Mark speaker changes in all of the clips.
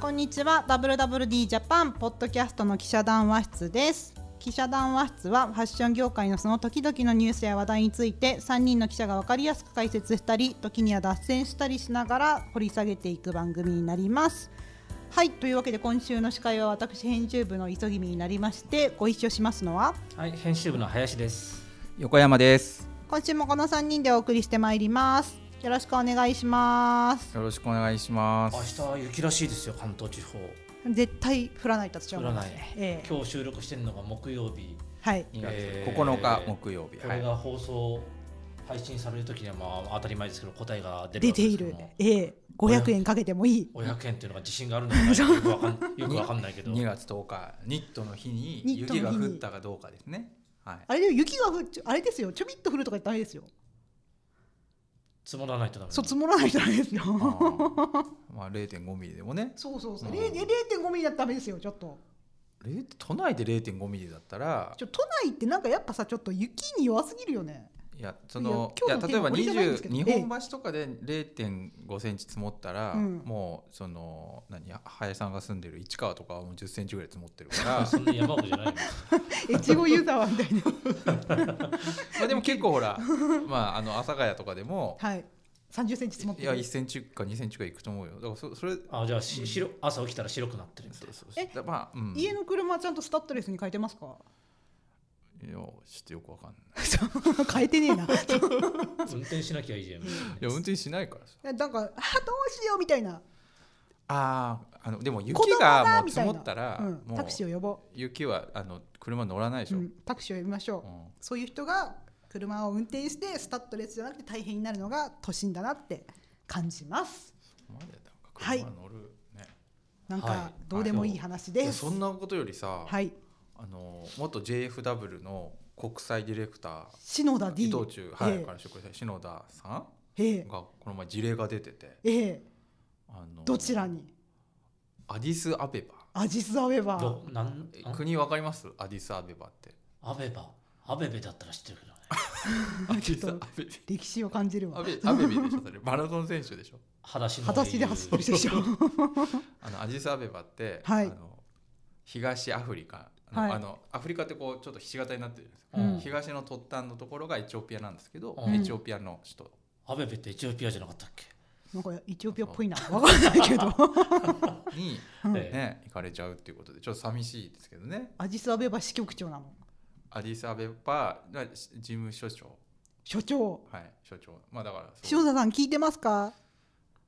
Speaker 1: こんにちは WWD ジャパンポッドキャストの記者談話室です記者談話室はファッション業界のその時々のニュースや話題について3人の記者が分かりやすく解説したり時には脱線したりしながら掘り下げていく番組になりますはいというわけで今週の司会は私編集部の急ぎみになりましてご一緒しますのは
Speaker 2: はい、編集部の林です。
Speaker 3: 横山です。
Speaker 1: 今週もこの3人でお送りしてまいりますよろしくお願いします
Speaker 3: よろしくお願いしま
Speaker 2: 明
Speaker 3: す。
Speaker 2: 日雪らしいですよ、関東地方。
Speaker 1: 絶対降らないと私は
Speaker 2: 降
Speaker 1: 思
Speaker 2: ら
Speaker 1: いま
Speaker 2: な
Speaker 1: す
Speaker 2: い。
Speaker 1: ええ
Speaker 2: 今日収録してるのが木曜日。
Speaker 1: はい
Speaker 3: 2
Speaker 2: えー
Speaker 3: 月9日木曜日。
Speaker 2: こ
Speaker 3: は
Speaker 2: れ
Speaker 3: い。
Speaker 2: が放送配信される時にはまあ当たり前ですけど答えが出る
Speaker 1: 出
Speaker 2: わ
Speaker 1: て
Speaker 2: けで
Speaker 1: い
Speaker 2: すけど
Speaker 1: る
Speaker 2: も。
Speaker 1: ええ500円かけてもいい
Speaker 2: 500円っていうのが自信があるのかないのか よくわかんよくわかんないけど。
Speaker 3: 2月10日ニットの日に
Speaker 1: ニットの日
Speaker 3: 雪
Speaker 1: に
Speaker 3: が降ったかどうかですね。 はい。
Speaker 1: あれでも雪が降っちゃあれですよちょびっと降るとかダメですよ
Speaker 2: 積もらないとダメ。
Speaker 1: そう積もらないとダメですよ
Speaker 3: あーまあ0.5ミリでもね。
Speaker 1: そうそうそう
Speaker 3: うん
Speaker 1: れい0.5ミリだったらダメですよちょっと
Speaker 3: 0都内で0.5ミリだったら
Speaker 1: ち、ょ都内ってなんかやっぱさちょっと雪に弱すぎるよ ね
Speaker 3: いやその
Speaker 1: い
Speaker 3: い
Speaker 1: や
Speaker 3: や
Speaker 1: 今日の
Speaker 3: 例え
Speaker 1: 天
Speaker 3: ば
Speaker 1: 気これじゃないんですけ
Speaker 3: 20
Speaker 1: ど
Speaker 3: 日本橋とかで0.5センチ積もったら、
Speaker 1: うん
Speaker 3: もうその何林さんが住んでる市川とかはもう10センチぐらい積もってるか
Speaker 2: あ
Speaker 3: ら
Speaker 2: そんな山奥じゃないの。
Speaker 1: 越後湯沢みたいな
Speaker 3: まあでも結構 ほらまああの阿佐ヶ谷とかでも
Speaker 1: はい30センチ積もっ
Speaker 3: い
Speaker 1: て
Speaker 3: や
Speaker 1: る
Speaker 3: 1センチか2センチかいくと思うよだからそそれ
Speaker 2: あ、じゃあし白朝起きたら白くなってるみたいな。
Speaker 1: え
Speaker 3: だまあ、うん、
Speaker 1: 家の車はちゃんとスタッドレスに変えてますか
Speaker 3: いやちょっとよくわかんない
Speaker 1: 変えてねえな
Speaker 2: 運転しなきゃいいじゃん。みたいない
Speaker 3: や運転しないからさ
Speaker 1: なんかあどうしようみたいな
Speaker 3: あーあのでも雪
Speaker 1: 子供
Speaker 3: が
Speaker 1: だ
Speaker 3: もう
Speaker 1: み
Speaker 3: 積
Speaker 1: たいな
Speaker 3: もったら
Speaker 1: うん
Speaker 3: もう
Speaker 1: タクシーを呼ぼ
Speaker 3: 雪はあの車乗らないでし
Speaker 1: う、
Speaker 3: ょ、
Speaker 1: う
Speaker 3: うん
Speaker 1: ん、タクシーを呼びましょう、そういう人が車を運転してスタッドレスじゃなくて大変になるのが都心だなって感じます。
Speaker 3: まだなんか
Speaker 1: はい
Speaker 3: 車乗るね、
Speaker 1: なん
Speaker 2: は
Speaker 1: か
Speaker 2: い
Speaker 1: どうでもいい話
Speaker 3: い
Speaker 1: で
Speaker 3: や
Speaker 1: す。
Speaker 3: そんなことよりさ、
Speaker 1: はい、
Speaker 3: あの元 JFW の国際ディレクタ
Speaker 1: 篠田
Speaker 3: ー
Speaker 1: D
Speaker 3: 伊。藤忠、はい
Speaker 1: ええ
Speaker 3: から紹介した篠田さん
Speaker 1: ええ、
Speaker 3: がこの前事例が出てて
Speaker 1: ええ、
Speaker 3: あの
Speaker 1: どちらに？
Speaker 3: アディスアベバ
Speaker 1: アジスアベバー
Speaker 2: ど。なん
Speaker 3: え
Speaker 2: あ
Speaker 3: 国わかりますアディスアベバって
Speaker 2: アベバアベベだったら知ってるけどね。
Speaker 3: アディスアベバ
Speaker 1: 歴史を感じる
Speaker 3: ア
Speaker 1: わ。
Speaker 3: ベアベビでしょそれマラソン選手でしょ
Speaker 2: 裸足の
Speaker 1: 裸足で走ってるでしょ。
Speaker 3: あのアジサアベバって、
Speaker 1: はい
Speaker 3: あの東アフリカあの,、
Speaker 1: はい
Speaker 3: あのアフリカってこうちょっとひし形になってるじゃないですか、
Speaker 1: うん
Speaker 3: 東の突端のところがエチオピアなんですけど、
Speaker 2: うん
Speaker 3: エチオピアの首都
Speaker 2: アベベってエチオピアじゃなかったっけ、
Speaker 1: なんかエチオピアっぽいな。わかんないけど。
Speaker 3: に、
Speaker 1: うん
Speaker 2: ええ
Speaker 3: ね、行かれちゃうっていうことでちょっと寂しいですけどね
Speaker 1: アジスアベバ支局長なの。
Speaker 3: アディサアベバが事務所長
Speaker 1: 所長。
Speaker 3: はい所長まあだからそう
Speaker 1: 篠田さん聞いてますか？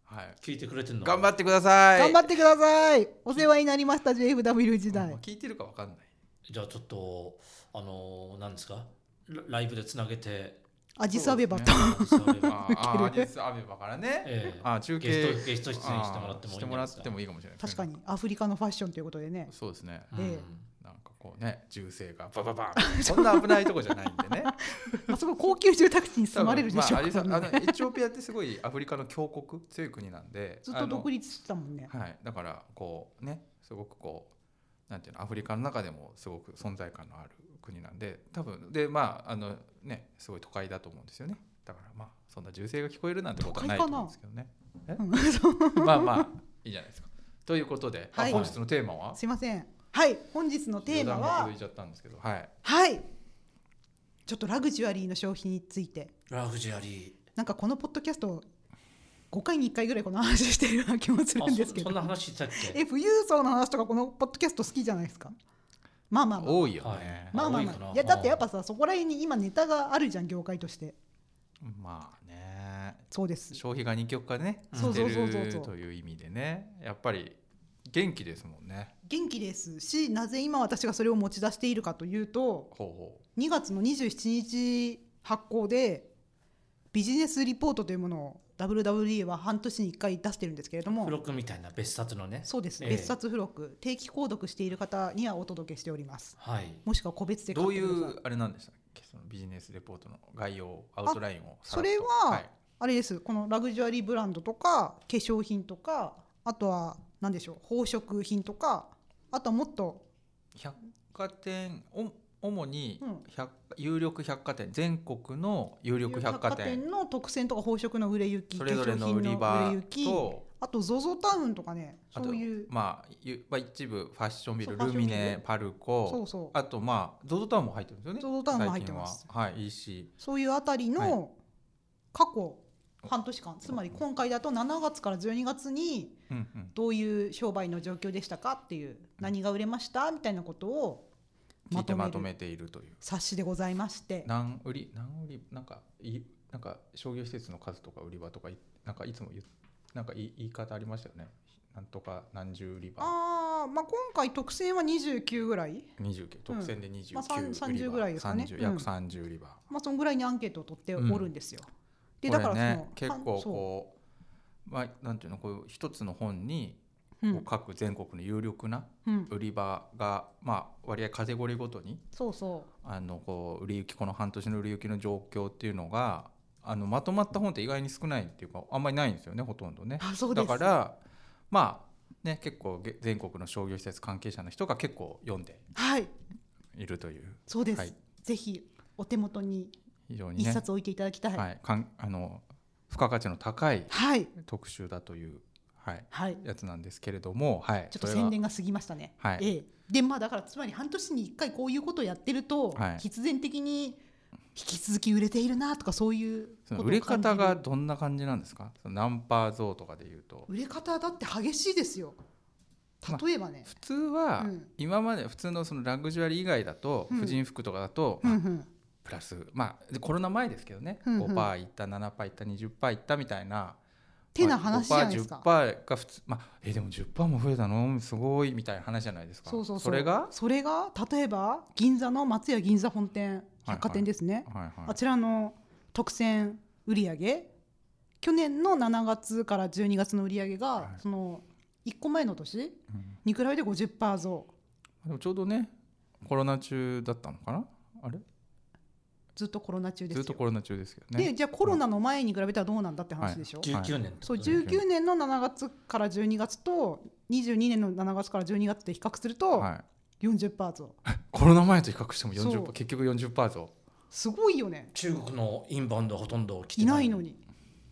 Speaker 3: はい、
Speaker 2: 聞いてくれてんの
Speaker 3: 頑張ってくださ
Speaker 1: 頑
Speaker 3: い
Speaker 1: 張ってください。お世話になりました JFW 時代
Speaker 3: まあ。聞いてるかわかんない
Speaker 2: じゃあちょっとあのー、なんですかラライブでつなげ て
Speaker 1: アジスアベバ
Speaker 3: そ
Speaker 1: と
Speaker 3: うで。すね
Speaker 2: それを
Speaker 3: あーあーア
Speaker 1: ウケる
Speaker 3: ディスアベバからね、
Speaker 2: ええ
Speaker 3: あー中継
Speaker 2: ゲストゲスト出演してもらってもいいんじゃない
Speaker 3: あ
Speaker 2: で
Speaker 3: ーし
Speaker 2: す
Speaker 3: てもらっ
Speaker 2: か
Speaker 3: てもいいかもしれないです
Speaker 1: 確
Speaker 3: ね
Speaker 1: かにアフリカのファッションということでね。
Speaker 3: そうですね
Speaker 2: うん
Speaker 1: え
Speaker 3: なんかこうね銃声がバババ ンそんな危ないとこじゃないん でね
Speaker 1: あそこ高級住宅地に住まれるでしょ
Speaker 3: 多
Speaker 1: う
Speaker 3: 分ま
Speaker 1: か
Speaker 3: あ
Speaker 1: らね
Speaker 3: あれさあのエチオピアってすごいアフリカの強国強い国なんで
Speaker 1: ずっと独立してたもんね
Speaker 3: あ。のはいだからこうねすごくこうなんていうのアフリカの中でもすごく存在感のある国なんで多分でまああのねすごい都会だと思うんですよねだからまあそんな銃声が聞こえるなんてことはないと思うんですけどね
Speaker 1: うん そう
Speaker 3: えまあまあいいじゃないですかということで、あ
Speaker 1: はい
Speaker 3: 本日のテーマは
Speaker 1: すいません。はい、本日のテーマ
Speaker 3: 余談が
Speaker 1: は
Speaker 3: 続い、ちゃったんですけどはい
Speaker 1: はい。ちょっとラグジュアリーの消費について、
Speaker 2: ラグジュアリ
Speaker 1: なんかこのポッドキャスト。5回に1回ぐらいこの話してるような気もす
Speaker 2: ー
Speaker 1: る
Speaker 2: あ
Speaker 1: んです
Speaker 2: そ
Speaker 1: け
Speaker 2: そん
Speaker 1: ど
Speaker 2: な話してたっけ
Speaker 1: え富裕層の話とかこのポッドキャスト好きじゃないですかまあまあまあ
Speaker 3: 多いよ
Speaker 2: はい
Speaker 3: ね、
Speaker 1: まあまあ
Speaker 2: 多いか
Speaker 1: まあ
Speaker 2: ない
Speaker 1: やだってやっぱさそこら辺に今ネタがあるじゃん業界として
Speaker 3: まあね
Speaker 1: そうです
Speaker 3: 消費が二極化ね
Speaker 2: そう
Speaker 3: し
Speaker 1: そ
Speaker 3: て
Speaker 1: うそうそう
Speaker 3: るという意味でねやっぱり元気ですもんね
Speaker 1: 元気ですしなぜ今私がそれを持ち出しているかというと
Speaker 3: ほうほ
Speaker 1: 2月の27日発行でビジネスリポートというものを WWE は半年に1回出してるんですけれど
Speaker 2: 付
Speaker 1: も
Speaker 2: 録みたいな別冊のね
Speaker 1: そうです、
Speaker 2: ええ
Speaker 1: 別冊付録定期購読している方にはお届けしております
Speaker 2: はい
Speaker 1: もしくは個別
Speaker 3: う
Speaker 1: で買
Speaker 3: ど
Speaker 1: っ
Speaker 3: う
Speaker 1: て
Speaker 3: い
Speaker 1: くださいう
Speaker 3: あれなんでしたっけそのビジネスレポートの概要アウトラインを
Speaker 1: それは、
Speaker 3: さらっと
Speaker 1: あれですこのラグジュアリーブランドとか化粧品とかあとは何でしょう宝飾品とかあとはもっと
Speaker 3: い百貨店お主に
Speaker 1: うん
Speaker 3: 百、有力百貨店全国の有力百貨店
Speaker 1: の特選とか宝飾の売れ行き
Speaker 3: それぞれの売り
Speaker 1: 化粧品
Speaker 3: 場
Speaker 1: の売れ行き
Speaker 3: と
Speaker 1: あと ZOZO タウンとかね
Speaker 3: あ
Speaker 1: そ
Speaker 3: と
Speaker 1: ういう
Speaker 3: まあゆまあ一部ファッションビル
Speaker 1: そう
Speaker 3: ルミ
Speaker 1: ファッションビ
Speaker 3: ネ
Speaker 1: ル
Speaker 3: パルコ
Speaker 1: そうそう
Speaker 3: あとまあ ZOZO タウンも入ってるんですよね
Speaker 1: ZOZO タウンも入ってます
Speaker 3: 最近ははいいいし
Speaker 1: そういうあたり
Speaker 3: は
Speaker 1: の過去半年間つまり今回だと7月から12月に
Speaker 3: うんうん
Speaker 1: どういう商売の状況でしたかっていう何が売れましたみたいなことを
Speaker 3: 聞いて
Speaker 1: ま
Speaker 3: まと
Speaker 1: とめ
Speaker 3: めているという
Speaker 1: 冊子でございまして
Speaker 3: 何売り何売りなんかいなんか商業施設の数とか売り場とかいなんかいつも言うなんか言い言い方ありましたよねなんとか何十売り場
Speaker 1: あー、まあ、今回特選は29ぐらい、
Speaker 3: 29特選で
Speaker 1: まあ三
Speaker 3: 29売り
Speaker 1: 30
Speaker 3: 場、
Speaker 1: ぐらいですかね
Speaker 3: 30
Speaker 1: うん
Speaker 3: 約30売り場、
Speaker 1: まあ、そのぐらいにアンケートを取っておるんですよ。で
Speaker 3: こ
Speaker 1: だ
Speaker 3: れ
Speaker 1: からその、
Speaker 3: ね結構
Speaker 1: そう
Speaker 3: こうまあなんていうのこういう一つの本に
Speaker 1: う
Speaker 3: こうん各全国の有力な
Speaker 1: うん、
Speaker 3: 売り場が、まあ、割合カテゴリーごとに
Speaker 1: そうそう
Speaker 3: あのこう売り行きこの半年の売り行きの状況っていうのがあのまとまった本って意外に少ないっていうかあんまりないんですよねほとんどね。
Speaker 1: あそうで
Speaker 3: だ
Speaker 1: す
Speaker 3: からまあね結構げ全国の商業施設関係者の人が結構読んで
Speaker 1: はい
Speaker 3: いるという
Speaker 1: そうです、
Speaker 3: はい
Speaker 1: ぜひお手元に
Speaker 3: 非常に
Speaker 1: 一
Speaker 3: ね、
Speaker 1: 冊置いていただきたい。
Speaker 3: はい、かんあの付加価値の高い
Speaker 1: はい、
Speaker 3: 特集だという、はい、
Speaker 1: はい
Speaker 3: やつなんですけれども、はい、
Speaker 1: ちょっと
Speaker 3: それ
Speaker 1: 宣
Speaker 3: が
Speaker 1: 伝が過ぎましたね。
Speaker 3: はい
Speaker 1: ええ、でまあだからつまり半年に1回こういうことをやってると、
Speaker 3: はい
Speaker 1: 必然的に引き続き売れているなとかそういうこと
Speaker 3: その
Speaker 1: を
Speaker 3: 売れ方
Speaker 1: 感
Speaker 3: が
Speaker 1: じる
Speaker 3: どんな感じなんですかその何パー増とかでいうと
Speaker 1: 売れ方だって激しいですよ。例えばね、
Speaker 3: 普通は
Speaker 1: うん
Speaker 3: 今まで普通のそのラグジュアリー以外だと
Speaker 1: うん
Speaker 3: 婦人服とかだと
Speaker 1: うん
Speaker 3: まあ
Speaker 1: うん、
Speaker 3: プラスまあでコロナ前ですけどね
Speaker 1: うんうん
Speaker 3: 5%いった7%いった20%いったみたいな
Speaker 1: 手な話じゃないです
Speaker 3: ま
Speaker 1: か。
Speaker 3: あ5%、10%が普通まあえでも10%も増えたのすごいみたいな話じゃないですか
Speaker 1: そうそうそう
Speaker 3: れが
Speaker 1: それが例えば銀座の松屋銀座本店
Speaker 3: はい
Speaker 1: 百貨店ですね、
Speaker 3: はいは
Speaker 1: あちらの特選売上去年の7月から12月の売上が、
Speaker 3: はい
Speaker 1: その1個前の年
Speaker 3: い、うん
Speaker 1: に比べて50%増
Speaker 3: でもちょうどねコロナ中だったのかなあれ
Speaker 1: ずっとコロナ中です
Speaker 3: ず
Speaker 1: よ
Speaker 3: っとコロナ中ですけど
Speaker 1: で
Speaker 3: ね
Speaker 1: じゃあコロナの前に比べたらどうなんだって話でしょ、
Speaker 3: い
Speaker 2: 19年
Speaker 1: そう
Speaker 3: 十
Speaker 1: 19年の7月から12月と22年の7月から12月で比較すると
Speaker 3: はい
Speaker 1: 40%増、
Speaker 3: コロナ前と比較しても
Speaker 1: そ
Speaker 3: 40%
Speaker 1: う
Speaker 3: 結局40%増
Speaker 1: すごいよね
Speaker 2: 中国のインバウンドはほとんど来て
Speaker 1: いないの
Speaker 2: に、
Speaker 1: に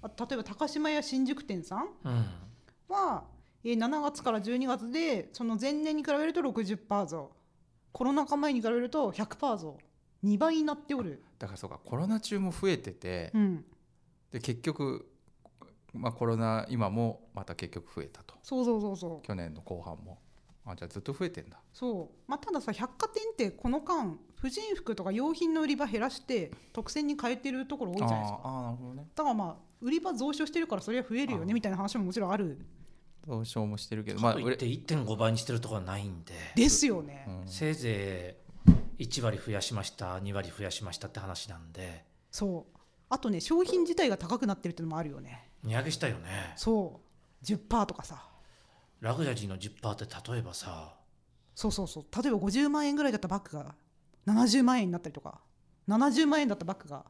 Speaker 1: あ例えば高島屋新宿店さん
Speaker 2: うん、
Speaker 1: は、えー7月から12月でその前年に比べると60%増コロナ禍前に比べると100%増2倍になっておる、
Speaker 3: だからそうかコロナ中も増えてて、
Speaker 1: うん、
Speaker 3: で結局、まあ、コロナ今もまた結局増えたと
Speaker 1: そうそうそうそう
Speaker 3: 去年の後半もあじゃあずっと増えてんだ
Speaker 1: そう、まあ、たださ百貨店ってこの間婦人服とか用品の売り場減らして特選に変えてるところ多いじゃないです
Speaker 3: あ
Speaker 1: か
Speaker 3: ーあーなるほどね
Speaker 1: だからまあ売り場増床してるからそれは増えるよ
Speaker 3: あ
Speaker 1: ねみたいな話ももちろんある
Speaker 3: 増床もしてるけど
Speaker 2: ま
Speaker 3: まあ
Speaker 2: あ、と
Speaker 3: 売
Speaker 2: いっ
Speaker 3: れ
Speaker 2: て1.5倍にしてるところはないんで
Speaker 1: ですよね、
Speaker 3: うん
Speaker 2: せいぜい1割増やしました2割増やしましたって話なんで
Speaker 1: そうあとね商品自体が高くなってるっていうのもあるよね
Speaker 2: 値上げしたよね
Speaker 1: そう10%とかさ
Speaker 2: ラグジュアリーの10%って例えばさ
Speaker 1: そうそうそう例えば50万円ぐらいだったバッグが70万円になったりとか70万円だったバッグが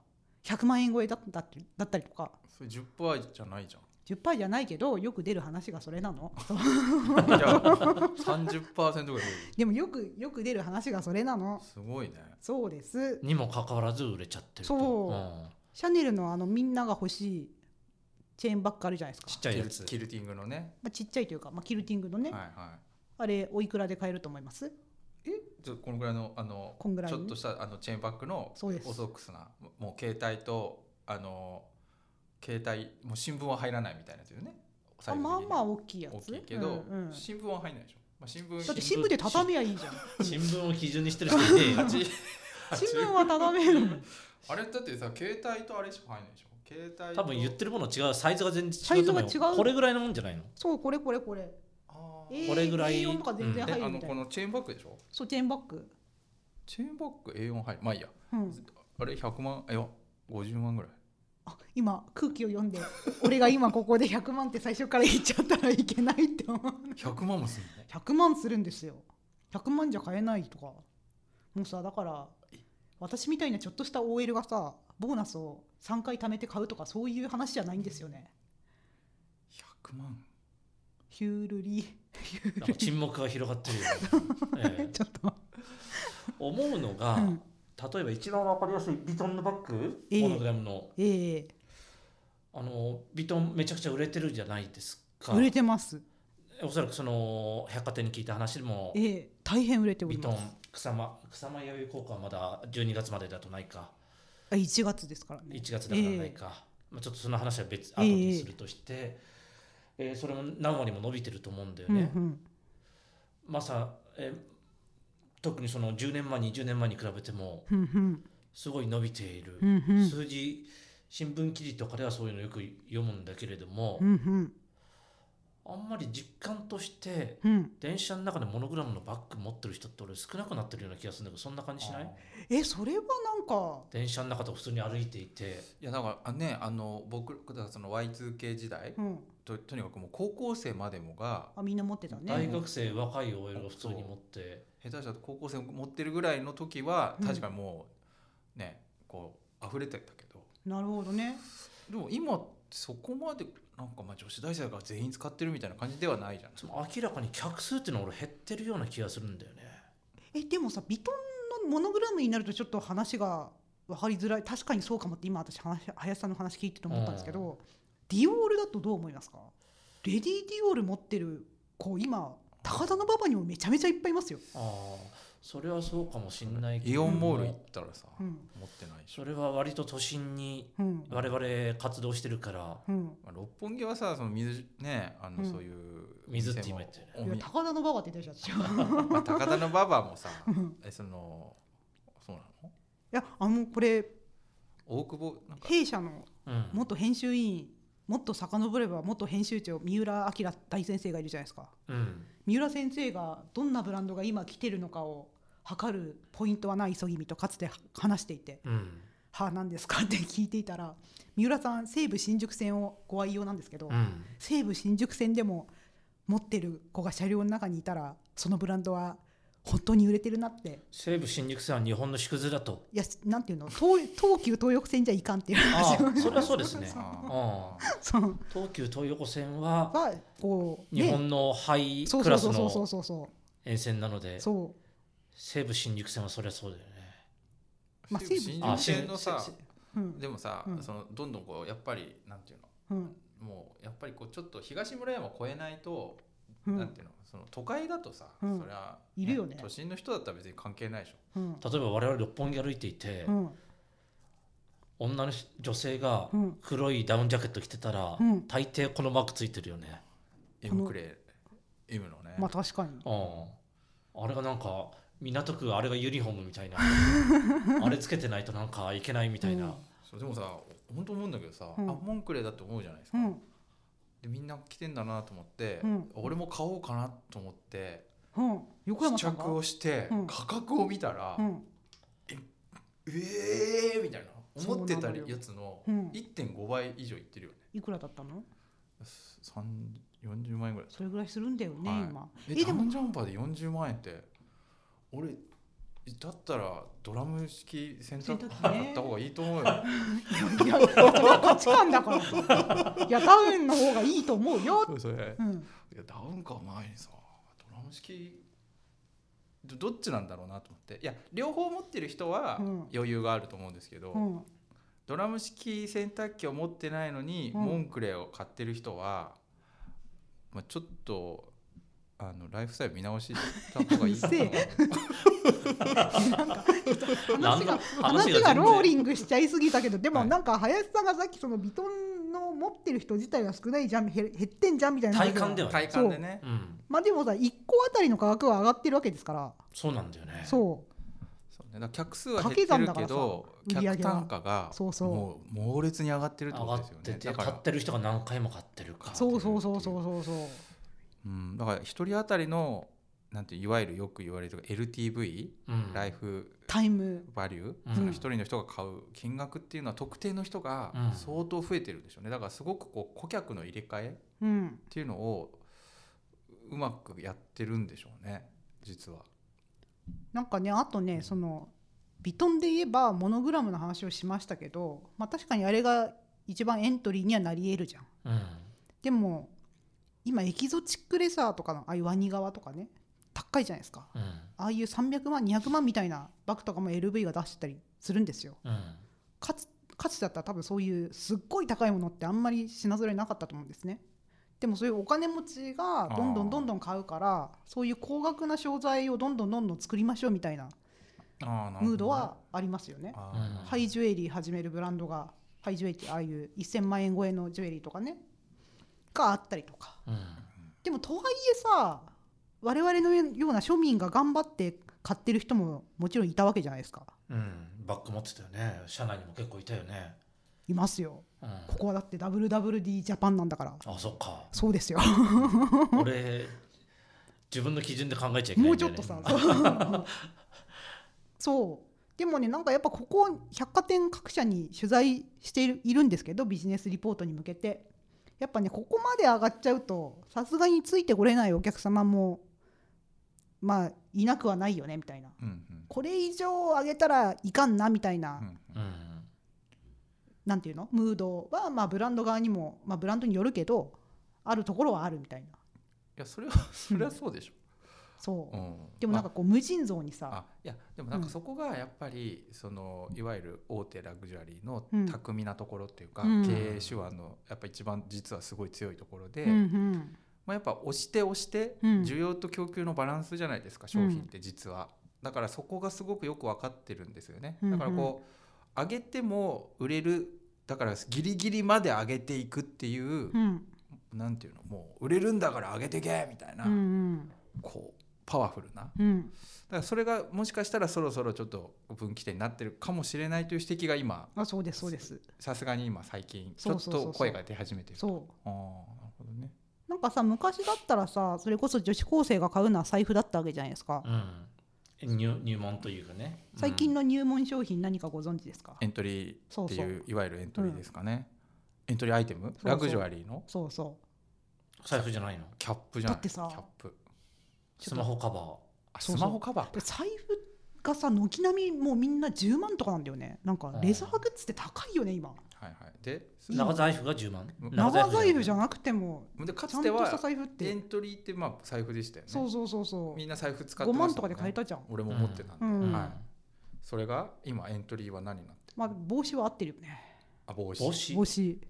Speaker 1: 100万円超えだったりだったりとか
Speaker 3: それ10%じゃないじゃん
Speaker 1: 10%じゃないけどよく出る話がそれなの
Speaker 3: じゃあ30%ぐらい増える
Speaker 1: でもよくよく出る話がそれなの
Speaker 3: すごいね
Speaker 1: そうです
Speaker 2: にもかかわらず売れちゃってると
Speaker 1: そうんシャネルのあのみんなが欲しいチェーンバッグあるじゃないですか
Speaker 2: ちっちゃいやつ
Speaker 3: キルティングのね
Speaker 1: まあ、ちっちゃいというか、まあ、キルティングのね、
Speaker 3: はいは
Speaker 1: あれおいくらで買えると思います
Speaker 3: いえちょこのぐらいのあの
Speaker 1: こんぐらい
Speaker 3: ち
Speaker 1: ね
Speaker 3: ょっとしたあのチェーンバッグの
Speaker 1: そうです
Speaker 3: オーソドックスなももう携帯とあの携帯もう新聞は入らないみたいなやつよね
Speaker 1: あ
Speaker 3: サイズ的
Speaker 1: まあ
Speaker 3: に
Speaker 1: まあ大きいや
Speaker 3: 大
Speaker 1: つ
Speaker 3: きいけ
Speaker 1: う
Speaker 3: ど、
Speaker 1: んうんだ
Speaker 3: 新聞は入んないでしょ、まあ、新聞
Speaker 1: って新聞で畳めばいいじゃん
Speaker 2: 新聞を基準にしてる人いねえよ
Speaker 1: 新聞は畳めるの
Speaker 3: あれだってさ携帯とあれしか入んないでしょ携帯と
Speaker 2: 多分言ってるもの違うサイズが全
Speaker 1: サ
Speaker 2: 然違
Speaker 1: イ
Speaker 2: う
Speaker 1: ズ
Speaker 2: と
Speaker 1: が違う
Speaker 2: 思うよこれぐらいのもんじゃないの
Speaker 1: そうこれこれこれ
Speaker 3: あー
Speaker 1: A-
Speaker 2: これぐらい
Speaker 1: A4 とか全然入
Speaker 3: えあ
Speaker 1: る
Speaker 3: の
Speaker 1: みたいな、
Speaker 3: このチェーンバッグでしょ
Speaker 1: そうチェーンバッグ、
Speaker 3: チェーンバッグ A4 入るまあいいや
Speaker 1: うん、
Speaker 3: あれ100万いや50万ぐらい
Speaker 1: あ今空気を読んで 俺が今ここで100万って最初から言っちゃったらいけないって思う
Speaker 3: 100万もすんの
Speaker 1: 100万するんですよ100万じゃ買えないとかもうさだから私みたいなちょっとした OL がさボーナスを3回貯めて買うとかそういう話じゃないんですよね
Speaker 3: 100万
Speaker 1: ヒュールリーヒュ
Speaker 2: な
Speaker 1: ー
Speaker 2: んか
Speaker 1: ルリ
Speaker 2: 沈黙が広がって るよ、ええ
Speaker 1: ーちょっと
Speaker 2: 思うのが、
Speaker 1: うん
Speaker 2: 例えば一番わかりやすいビトンのバッグ、
Speaker 1: ええ
Speaker 2: モノグラムの
Speaker 1: ええ
Speaker 2: あのビトンめちゃくちゃ売れてるじゃないですか
Speaker 1: 売れてます
Speaker 2: おそらくその百貨店に聞いた話でも
Speaker 1: ええ大変売れており
Speaker 2: ビト
Speaker 1: ま
Speaker 2: ン
Speaker 1: す
Speaker 2: 草間草間弥生効果はまだ12月までだとないか
Speaker 1: あ1月ですからね
Speaker 2: 1月だからないか、まあ、ちょっとその話は別後にするとして、えーそれも何割も伸びてると思うんだよ
Speaker 1: うんう
Speaker 2: ね。
Speaker 1: ん
Speaker 2: まさえー特にその10年前20年前に比べても
Speaker 1: うんうん
Speaker 2: すごい伸びている、
Speaker 1: うんうん
Speaker 2: 数字新聞記事とかではそういうのよく読むんだけれども、
Speaker 1: うんうん
Speaker 2: あんまり実感として
Speaker 1: うん
Speaker 2: 電車の中でモノグラムのバッグ持ってる人って俺少なくなってるような気がするんだけどそんな感じしない
Speaker 1: えそれはなんか
Speaker 2: 電車の中とか普通に歩いていて
Speaker 3: いやだからあねあの僕だからその Y2K 時代、
Speaker 1: うん
Speaker 3: ととにかくもう高校生までもが
Speaker 1: あみんな持ってた
Speaker 2: 大
Speaker 1: ね
Speaker 2: 学生若い OL が普通に持って。
Speaker 3: 下手したら高校生持ってるぐらいの時は
Speaker 1: うん
Speaker 3: 確かにもうね、こう溢れてたけど
Speaker 1: なるほどね
Speaker 3: でも今そこまでなんかまあ女子大生が全員使ってるみたいな感じではないじゃない
Speaker 2: その明らかに客数っていうのは俺減ってるような気がするんだよね。
Speaker 1: えでもさビトンのモノグラムになるとちょっと話が分かりづらい確かにそうかもって今私話林さんの話聞いてて思ったんですけど、ディオールだとどう思いますかレディー・ディオール持ってる子今高田馬場にもめちゃめちゃいっぱいいますよ、
Speaker 2: ああそれはそうかもしんないけど
Speaker 3: イオンモール行ったらさ、
Speaker 1: うん
Speaker 3: 持ってないでしょ、
Speaker 2: それは割と都心に
Speaker 1: うん
Speaker 2: 我々活動してるから
Speaker 1: うん、
Speaker 3: まあ、六本木はさその水ねあの、
Speaker 1: うん
Speaker 3: そういう
Speaker 2: 水って
Speaker 3: 店も
Speaker 2: 今言ったよね
Speaker 3: お
Speaker 1: いや
Speaker 3: み
Speaker 1: 高田馬場って出ちゃったじゃんい
Speaker 3: まあ高田の馬場もさ
Speaker 1: うん
Speaker 3: えそのそうなの
Speaker 1: やあのこれ
Speaker 3: 大久保なんか
Speaker 1: 弊社の
Speaker 2: うん
Speaker 1: 元編集委員もっと遡れば元編集長三浦明大先生がいるじゃないですか
Speaker 2: うん
Speaker 1: 三浦先生がどんなブランドが今来てるのかを測るポイントはない急ぎみとかつて話していて
Speaker 2: うん
Speaker 1: 「はあ何ですか?」って聞いていたら三浦さん西武新宿線をご愛用なんですけど、
Speaker 2: うん
Speaker 1: 西武新宿線でも持ってる子が車両の中にいたらそのブランドは本当に売れてるなって。
Speaker 2: 西武新宿線は日本の縮図だと
Speaker 1: いやなんていうの東東急東横線じゃいかんっていう
Speaker 2: あ
Speaker 1: 話を
Speaker 2: あそれはそうですね
Speaker 3: あ
Speaker 2: うん
Speaker 1: そう
Speaker 2: 東急東横線は
Speaker 1: がこう、ね、
Speaker 2: 日本のハイ
Speaker 1: そう
Speaker 2: ク
Speaker 1: そう
Speaker 2: ラス
Speaker 1: そうそう
Speaker 2: の
Speaker 1: そうそ
Speaker 2: 沿線なの
Speaker 1: う
Speaker 2: で
Speaker 1: そう
Speaker 2: 西武新宿線はそりゃそうだよね
Speaker 1: まあ
Speaker 3: 西武
Speaker 1: 西
Speaker 3: 新
Speaker 1: 武
Speaker 3: 宿線の
Speaker 2: あ
Speaker 3: さ
Speaker 2: 新新
Speaker 1: うん
Speaker 3: でもさ、
Speaker 1: うん
Speaker 3: そのどんどんこうやっぱりなんていう
Speaker 1: うん
Speaker 3: のもうやっぱりこうちょっと東村山越えないと、
Speaker 1: うん
Speaker 3: なんていうのその都会だとさ、
Speaker 1: うん
Speaker 3: そりゃ、
Speaker 1: いるよね
Speaker 3: 都心の人だったら別に関係ないでし
Speaker 1: う
Speaker 3: ょ
Speaker 1: ん
Speaker 2: 例えば我々六本木歩いていて
Speaker 1: うん
Speaker 2: 女の女性が
Speaker 1: うん
Speaker 2: 黒いダウンジャケット着てたら
Speaker 1: うん
Speaker 2: 大抵このマークついてるよね
Speaker 3: M クレ M のね、
Speaker 1: まあ確かに
Speaker 2: うん、あれがなんか港区あれがユニフォームみた いなあれつけてないとなんかいけないみたいな、
Speaker 3: そうでもさ本当思うんだけどさ、
Speaker 1: うん
Speaker 3: あモンクレだって思うじゃないです
Speaker 1: う
Speaker 3: か、
Speaker 1: んうん
Speaker 3: でみんな着てんだなと思って、
Speaker 1: うん
Speaker 3: 俺も買おうかなと思って
Speaker 1: うん横山
Speaker 3: 試
Speaker 1: さんが
Speaker 3: 着をして、
Speaker 1: うん
Speaker 3: 価格を見たら、
Speaker 1: うん
Speaker 3: ええー、みたいな
Speaker 1: そうなのよ
Speaker 3: 思ってたやつの
Speaker 1: うん
Speaker 3: 1.5倍以上いってるよね
Speaker 1: いくらだったの
Speaker 3: 3 40万円ぐらい
Speaker 1: それぐらいするんだよね、
Speaker 3: はい
Speaker 1: 今
Speaker 3: え
Speaker 1: え
Speaker 3: ダ
Speaker 1: で
Speaker 3: ウ
Speaker 1: も
Speaker 3: ンジャンパーで40万円って俺だったらドラム式洗濯機
Speaker 1: 洗濯機ね
Speaker 3: 買った方がいいと思うよ、
Speaker 1: いやそれは価値観だからいやダウンの方がいいと思うよ、
Speaker 3: それ
Speaker 1: うん、
Speaker 3: いやダウンか前にさドラム式どどっちなんだろうなと思っていや両方持ってる人は
Speaker 1: うん
Speaker 3: 余裕があると思うんですけど、
Speaker 1: うん
Speaker 3: ドラム式洗濯機を持ってないのに、
Speaker 1: うん
Speaker 3: モンクレを買ってる人は、まあ、ちょっとあのライフスタイル見直しした方がいいか
Speaker 1: うる
Speaker 3: な
Speaker 1: 話が話
Speaker 2: 全
Speaker 1: が
Speaker 2: 然
Speaker 1: ローリングしちゃいすぎたけどでも
Speaker 3: はい
Speaker 1: なんか林さんがさっきそのビトンの持ってる人自体が少ないじゃんへ減ってんじゃんみたいな話
Speaker 2: 体感では
Speaker 3: 体感でね
Speaker 2: うん、
Speaker 1: まあでもさ1個あたりの価格は上がってるわけですから
Speaker 2: そうなんだよね
Speaker 1: そ
Speaker 3: そうねだから客数は減ってるけ
Speaker 1: 掛け
Speaker 3: ど
Speaker 1: 算だからさ売り上
Speaker 3: 客
Speaker 1: げは
Speaker 3: 単価が
Speaker 1: そうそう
Speaker 3: もう猛烈に上がってるって
Speaker 2: 上
Speaker 3: こ
Speaker 2: がっ
Speaker 3: とですよ
Speaker 2: て
Speaker 3: ね
Speaker 2: て
Speaker 3: だか
Speaker 2: 買っ
Speaker 3: ら、
Speaker 2: てる人が何回も買ってるか
Speaker 1: うそうそうそうそうそうそう
Speaker 3: うん、だから一人当たりのなんていわゆるよく言われる LTV、
Speaker 2: うん
Speaker 3: ライフ
Speaker 1: タイム
Speaker 3: バリュー、
Speaker 2: うん
Speaker 3: その一人の人が買う金額っていうのは特定の人が
Speaker 2: うん
Speaker 3: 相当増えてるんでしょうねだからすごくこう顧客の入れ替え
Speaker 1: うん
Speaker 3: っていうのをうまくやってるんでしょうね実は。
Speaker 1: なんかねあとねそのビトンで言えばモノグラムの話をしましたけど、まあ、確かにあれが一番エントリーにはなり得るじゃん
Speaker 2: うん
Speaker 1: でも今エキゾチックレザーとかのああいうワニ革とかね高いじゃないですか
Speaker 2: うん
Speaker 1: ああいう300万200万みたいなバッグとかも LV が出してたりするんですよ
Speaker 2: うん
Speaker 1: かつかつてだったら多分そういうすっごい高いものってあんまり品揃えなかったと思うんですねでもそういうお金持ちがどんどんどんどん買うからそういう高額な商材をどんどんどんどん作りましょうみたいな
Speaker 3: あなるほどね
Speaker 1: ムードはありますよね。
Speaker 3: あ
Speaker 2: うん
Speaker 3: ー
Speaker 1: ハイジュエリー始めるブランドがハイジュエリーってああいう1000万円超えのジュエリーとかねがあったりとか
Speaker 2: うん
Speaker 1: でもとはいえさ我々のような庶民が頑張って買ってる人ももちろんいたわけじゃないですか
Speaker 2: うん、バッグ持ってたよね社内にも結構いたよね、
Speaker 1: いますよ
Speaker 2: うん、
Speaker 1: ここはだって WWD ジャパンなんだから
Speaker 2: あそ っか
Speaker 1: そうですよ
Speaker 2: 俺自分の基準で考えちゃいけな
Speaker 1: も
Speaker 2: いん
Speaker 1: う
Speaker 2: だ
Speaker 1: ちょ
Speaker 2: よ
Speaker 1: っ
Speaker 2: ね
Speaker 1: とさそうそうでもねなんかやっぱここ百貨店各社に取材しているいるんですけどビジネスリポートに向けてやっぱねここまで上がっちゃうとさすがについてこれないお客様もまあいなくはないよねみたいな
Speaker 3: うんうん
Speaker 1: これ以上上げたらいかんなみたいな、
Speaker 3: うんう
Speaker 2: う
Speaker 3: ん
Speaker 2: ん
Speaker 1: なんていうのムードはまあブランド側にも、まあ、ブランドによるけどあるところはあるみたいない
Speaker 3: やそれはそれはそうでし
Speaker 1: そ
Speaker 3: ょ、
Speaker 1: う、
Speaker 3: うん
Speaker 1: でもなんかこう無尽蔵に
Speaker 3: あ
Speaker 1: さ
Speaker 3: あいやでもなん
Speaker 1: う
Speaker 3: か
Speaker 1: ん
Speaker 3: そこがやっぱりそのいわゆる大手ラグジュアリーの
Speaker 1: うん
Speaker 3: 巧みなところっていうか、
Speaker 1: うん
Speaker 3: 経営手腕のやっぱ一番実はすごい強いところで、
Speaker 1: うんうん
Speaker 3: まあ、やっぱ押して押して
Speaker 1: うん
Speaker 3: 需要と供給のバランスじゃないですか、商品って実はだからそこがすごくよく分かってるんですよね
Speaker 1: うんう
Speaker 3: だ
Speaker 1: ん
Speaker 3: からこう上げても売れるだからギリギリまで上げていくっていう
Speaker 1: うん
Speaker 3: なんていうのもう売れるんだから上げてけみたいな、
Speaker 1: うんうん
Speaker 3: こうパワフルなだ
Speaker 1: うん
Speaker 3: からそれがもしかしたらそろそろちょっと分岐点になってるかもしれないという指摘が今
Speaker 1: あそうですそうです
Speaker 3: さすがに今最近ち
Speaker 1: そ
Speaker 3: ょ
Speaker 1: う
Speaker 3: っ
Speaker 1: そうそうそう
Speaker 3: と声が出始めてると
Speaker 1: そう
Speaker 3: ああなるほどね
Speaker 1: なんかさ昔だったらさそれこそ女子高生が買うのは財布だったわけじゃないですか、
Speaker 2: うん、入入門というかね
Speaker 1: 最近の
Speaker 2: の、
Speaker 1: 入門商品何かご存知ですか、
Speaker 3: エントリー
Speaker 1: そう
Speaker 3: って
Speaker 1: そ
Speaker 3: いう
Speaker 1: う
Speaker 3: いわゆるエントリーですかね、エントリーアイテム
Speaker 1: うそう
Speaker 3: ラグジュアリーの
Speaker 1: そうそう
Speaker 2: 財布じゃないの
Speaker 3: キャップじゃない
Speaker 1: だってさ
Speaker 3: キャップ
Speaker 1: ちょっと
Speaker 2: スマホカバ
Speaker 3: あ
Speaker 1: そうそう
Speaker 3: スマホカバー
Speaker 1: で財布がさ軒並みもうみんな10万とかなんだよねなんか
Speaker 2: うん
Speaker 1: レザーグッズって高いよね今
Speaker 3: はいはいで
Speaker 2: ー長財布が10万
Speaker 3: うん
Speaker 1: 長財布じゃ
Speaker 2: ん
Speaker 1: なくても
Speaker 3: でか
Speaker 1: ちゃ
Speaker 3: つ
Speaker 1: ん
Speaker 3: て
Speaker 1: とした
Speaker 3: は
Speaker 1: 財布っ
Speaker 3: エ
Speaker 1: て
Speaker 3: ントリーってまあ財布でしたよね
Speaker 1: そうそうそうそ
Speaker 3: みんな財布使
Speaker 1: う
Speaker 3: って
Speaker 1: 5
Speaker 3: ま
Speaker 1: 万
Speaker 3: したもんね
Speaker 1: とかで買えたじゃん、
Speaker 3: 俺も持ってたんで、
Speaker 1: うんうん
Speaker 3: はい、それが今エントリーは何になってる
Speaker 1: まあ、帽子は合ってるよね
Speaker 3: あ帽子
Speaker 2: 帽子
Speaker 1: 帽
Speaker 2: 帽子
Speaker 1: 子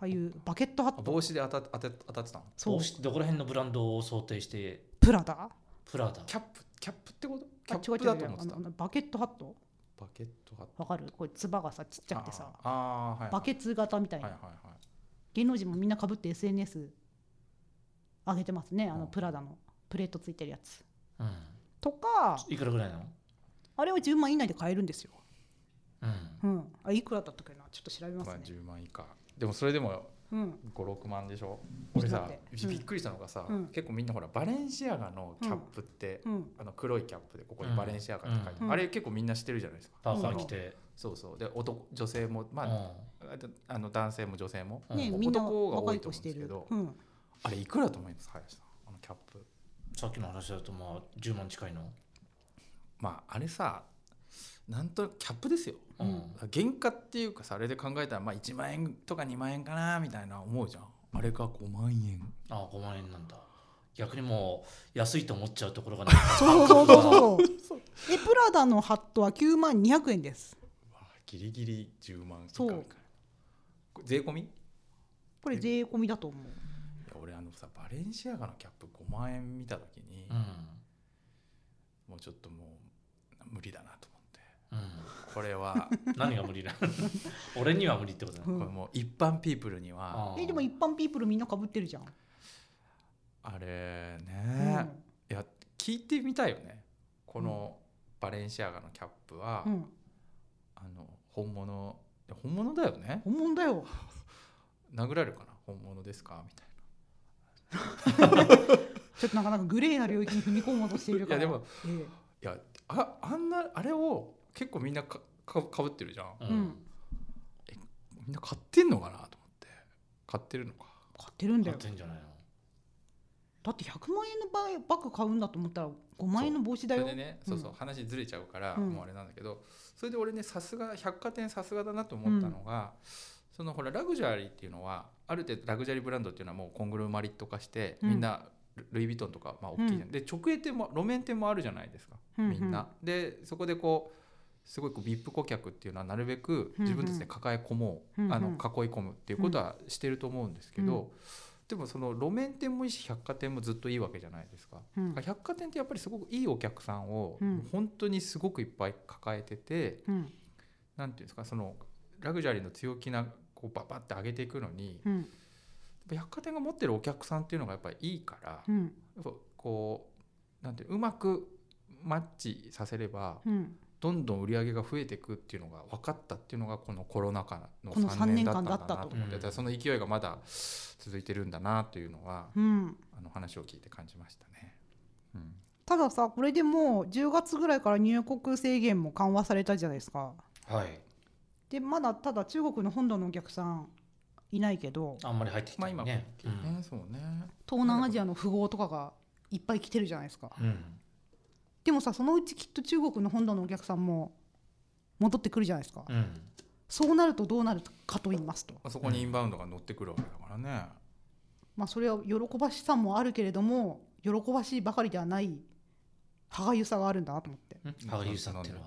Speaker 1: ああいうバケットハ
Speaker 3: あ
Speaker 1: ット
Speaker 3: 帽子で当た当て当たってたの
Speaker 1: そう
Speaker 2: ってどこら辺のブランドを想定して
Speaker 1: プラダ
Speaker 2: プラダ
Speaker 3: キャップキャップってことキ
Speaker 1: あ
Speaker 3: ャ
Speaker 1: 違う
Speaker 3: ッ
Speaker 1: 違
Speaker 3: プ
Speaker 1: う違
Speaker 3: だと
Speaker 1: う
Speaker 3: 思っ
Speaker 1: あ
Speaker 3: てた
Speaker 1: のあのバケットハット
Speaker 3: バケットが
Speaker 1: わかるこれつばがさちっちゃくてさ
Speaker 3: あーあーはい
Speaker 1: バケツ型みたいな、
Speaker 3: はいはいはい
Speaker 1: 芸能人もみんなかぶって SNS 上げてますねあ
Speaker 3: う
Speaker 1: の
Speaker 3: ん
Speaker 1: プラダのプレートついてるやつ
Speaker 2: うん
Speaker 1: とか
Speaker 2: いくらぐらいなの
Speaker 1: あれは10万以内で買えるんですよ、
Speaker 2: うん
Speaker 1: うん、あいくらだったっけなちょっと調べます
Speaker 3: まあ
Speaker 1: ね、
Speaker 3: 10万以下でもそれでも
Speaker 1: うん、
Speaker 3: 56万でしょ
Speaker 1: ちょっ
Speaker 3: 俺
Speaker 1: と
Speaker 3: さ
Speaker 1: 待って
Speaker 3: びびっくりしたのがさ、
Speaker 1: うん
Speaker 3: 結構みんなほらバレンシアガのキャップって、
Speaker 1: うん
Speaker 3: あの黒いキャップでここに
Speaker 2: うん
Speaker 3: バレンシアガって書いてある、
Speaker 1: うん
Speaker 3: あれ結構みんな知ってるじゃないですか、
Speaker 2: パーカー着て
Speaker 3: そうそうで男女性もまあ,あと、あの男性も女性も、
Speaker 2: うん
Speaker 1: ね
Speaker 3: 男
Speaker 1: みんな
Speaker 3: が多いと思
Speaker 1: 若
Speaker 3: うん
Speaker 1: い
Speaker 3: で
Speaker 1: 子し
Speaker 3: す
Speaker 1: て
Speaker 3: け
Speaker 1: る
Speaker 3: ど、
Speaker 1: うん、
Speaker 3: あれいくらだと思います林さんあのキャップ
Speaker 2: うんさっきの話だとまあ10万近いの
Speaker 3: まああれさなんとなくキャップですよ
Speaker 1: うん
Speaker 3: 原価っていうかさあれで考えたらまあ1万円とか2万円かなみたいな思うじゃんあれが5万円
Speaker 2: ああ5万円なんだ逆にもう安いと思っちゃうところがない
Speaker 1: そうそうそうそうそう でプラダのハットは9万200円です
Speaker 3: うわギリギリ10万以下
Speaker 1: そう
Speaker 3: みたいなこれ税込みい
Speaker 1: これ税込みだと思う
Speaker 3: や俺あのさバレンシアガのキャップ5万円見た時に、
Speaker 2: うん
Speaker 3: もうちょっともう無理だなと思っ
Speaker 2: うん
Speaker 3: てこれは
Speaker 2: 何が無理なの 俺には無理ってことだ
Speaker 1: う
Speaker 2: ね
Speaker 1: ん
Speaker 3: これもう一般ピープルには
Speaker 2: ああ
Speaker 1: えでも一般ピープルみんなかぶってるじゃん、
Speaker 3: あれね、
Speaker 1: うん
Speaker 3: いや聞いてみたいよねこのバレンシアガのキャップは、
Speaker 1: うん、
Speaker 3: あの本物いや本物だよね
Speaker 1: 本物だよ
Speaker 3: 殴られるかな本物ですかみたいな
Speaker 1: ちょっとなかなかグレーな領域に踏み込もうとしているから
Speaker 3: いやでも、
Speaker 1: え
Speaker 3: いやああんなあれを結構みんなかかかぶってるじゃん
Speaker 1: う
Speaker 2: う
Speaker 1: んん
Speaker 3: みんな買ってんのかなと思って買ってるのか
Speaker 1: え買ってるんだ
Speaker 2: 買っ
Speaker 1: よ
Speaker 2: てんじゃないの
Speaker 1: だって100万円のバイバッグ買うんだと思ったら5万円の帽子
Speaker 3: そ
Speaker 1: だ
Speaker 3: れ
Speaker 1: よ
Speaker 3: でね、
Speaker 1: うん
Speaker 3: そうそう話ずれちゃうから、
Speaker 1: うん
Speaker 3: もうあれなんだけどそれで俺ねさすが百貨店さすがだなと思ったのが、そのほらラグジュアリーっていうのはある程度ラグジュアリーブランドっていうのはもうコングルマリット化して、
Speaker 1: うん
Speaker 3: みんなルルイ・ヴィトンとかまあ大きいじゃん、
Speaker 1: うん
Speaker 3: で直営店も路面店もあるじゃないですか、
Speaker 1: うんうん
Speaker 3: みんな。でそこでこうすごいこう VIP 顧客っていうのはなるべく
Speaker 1: うん
Speaker 3: 自分たちで抱え込もう、
Speaker 1: うんうん
Speaker 3: あの囲い込むっていうことはしてると思うんですけど、でもその路面店もいいし百貨店もずっといいわけじゃないですか。
Speaker 1: うん
Speaker 3: だから百貨店ってやっぱりすごくいいお客さんを
Speaker 1: うん
Speaker 3: 本当にすごくいっぱい抱えてて、
Speaker 1: うん
Speaker 3: なんていうんですかそのラグジュアリーの強気なこうババって上げていくのに、
Speaker 1: うん
Speaker 3: 百貨店が持ってるお客さんっていうのがやっぱりいいから、
Speaker 1: うん
Speaker 3: やっぱこうなんていううまくマッチさせれば
Speaker 1: うん
Speaker 3: どんどん売り上げが増えていくっていうのが分かったっていうのがこのコロナ禍の
Speaker 1: この
Speaker 3: 3年だったんだ
Speaker 1: 三年間だった
Speaker 3: な
Speaker 1: と
Speaker 3: と思ってだからその勢いがまだ続いてるんだなというのは
Speaker 1: うん
Speaker 3: あの話を聞いて感じましたね。うん、
Speaker 1: たださこれでもう10月ぐらいから入国制限も緩和されたじゃないですか
Speaker 2: はい
Speaker 1: でまだただ中国の本土のお客さんいないけど
Speaker 2: あんまり入ってきて
Speaker 3: まあ
Speaker 2: ない
Speaker 3: 今
Speaker 2: ね,、
Speaker 3: ね、そうね
Speaker 1: 東南アジアの富豪とかがいっぱい来てるじゃないですか
Speaker 2: うん、うん
Speaker 1: でもさそのうちきっと中国の本土のお客さんも戻ってくるじゃないですか、
Speaker 2: うん
Speaker 1: そうなるとどうなるかと言いますと
Speaker 3: あそこにインバウンドが乗ってくるわけだからね。
Speaker 1: まあそれは喜ばしさもあるけれども喜ばしいばかりではない歯がゆさがあるんだなと思って
Speaker 2: 歯がゆさっていうのは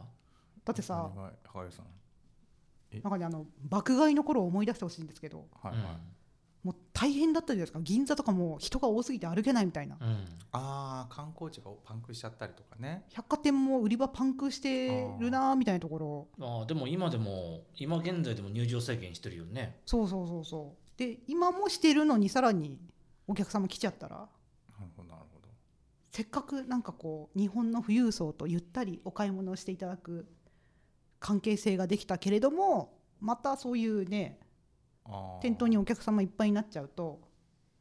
Speaker 1: だってさ
Speaker 3: はいはいはいさん
Speaker 1: なんかねあの爆買いの頃を思い出してほしいんですけど
Speaker 3: はいはい。
Speaker 1: もう大変だったじゃないですか銀座とかもう人が多すぎて歩けないみたいな
Speaker 2: うん、うん
Speaker 3: ああ観光地がパンクしちゃったりとかね。
Speaker 1: 百貨店も売り場パンクしてるなーみたいなところ
Speaker 2: ああでも今でも今現在でも入場制限してるよね
Speaker 1: そうそうそうそうで今もしてるのにさらにお客様来ちゃったら
Speaker 3: なるほどなるほど。
Speaker 1: せっかくなんかこう日本の富裕層とゆったりお買い物をしていただく関係性ができたけれどもまたそういうね
Speaker 3: あー
Speaker 1: 店頭にお客様いっぱいになっちゃうと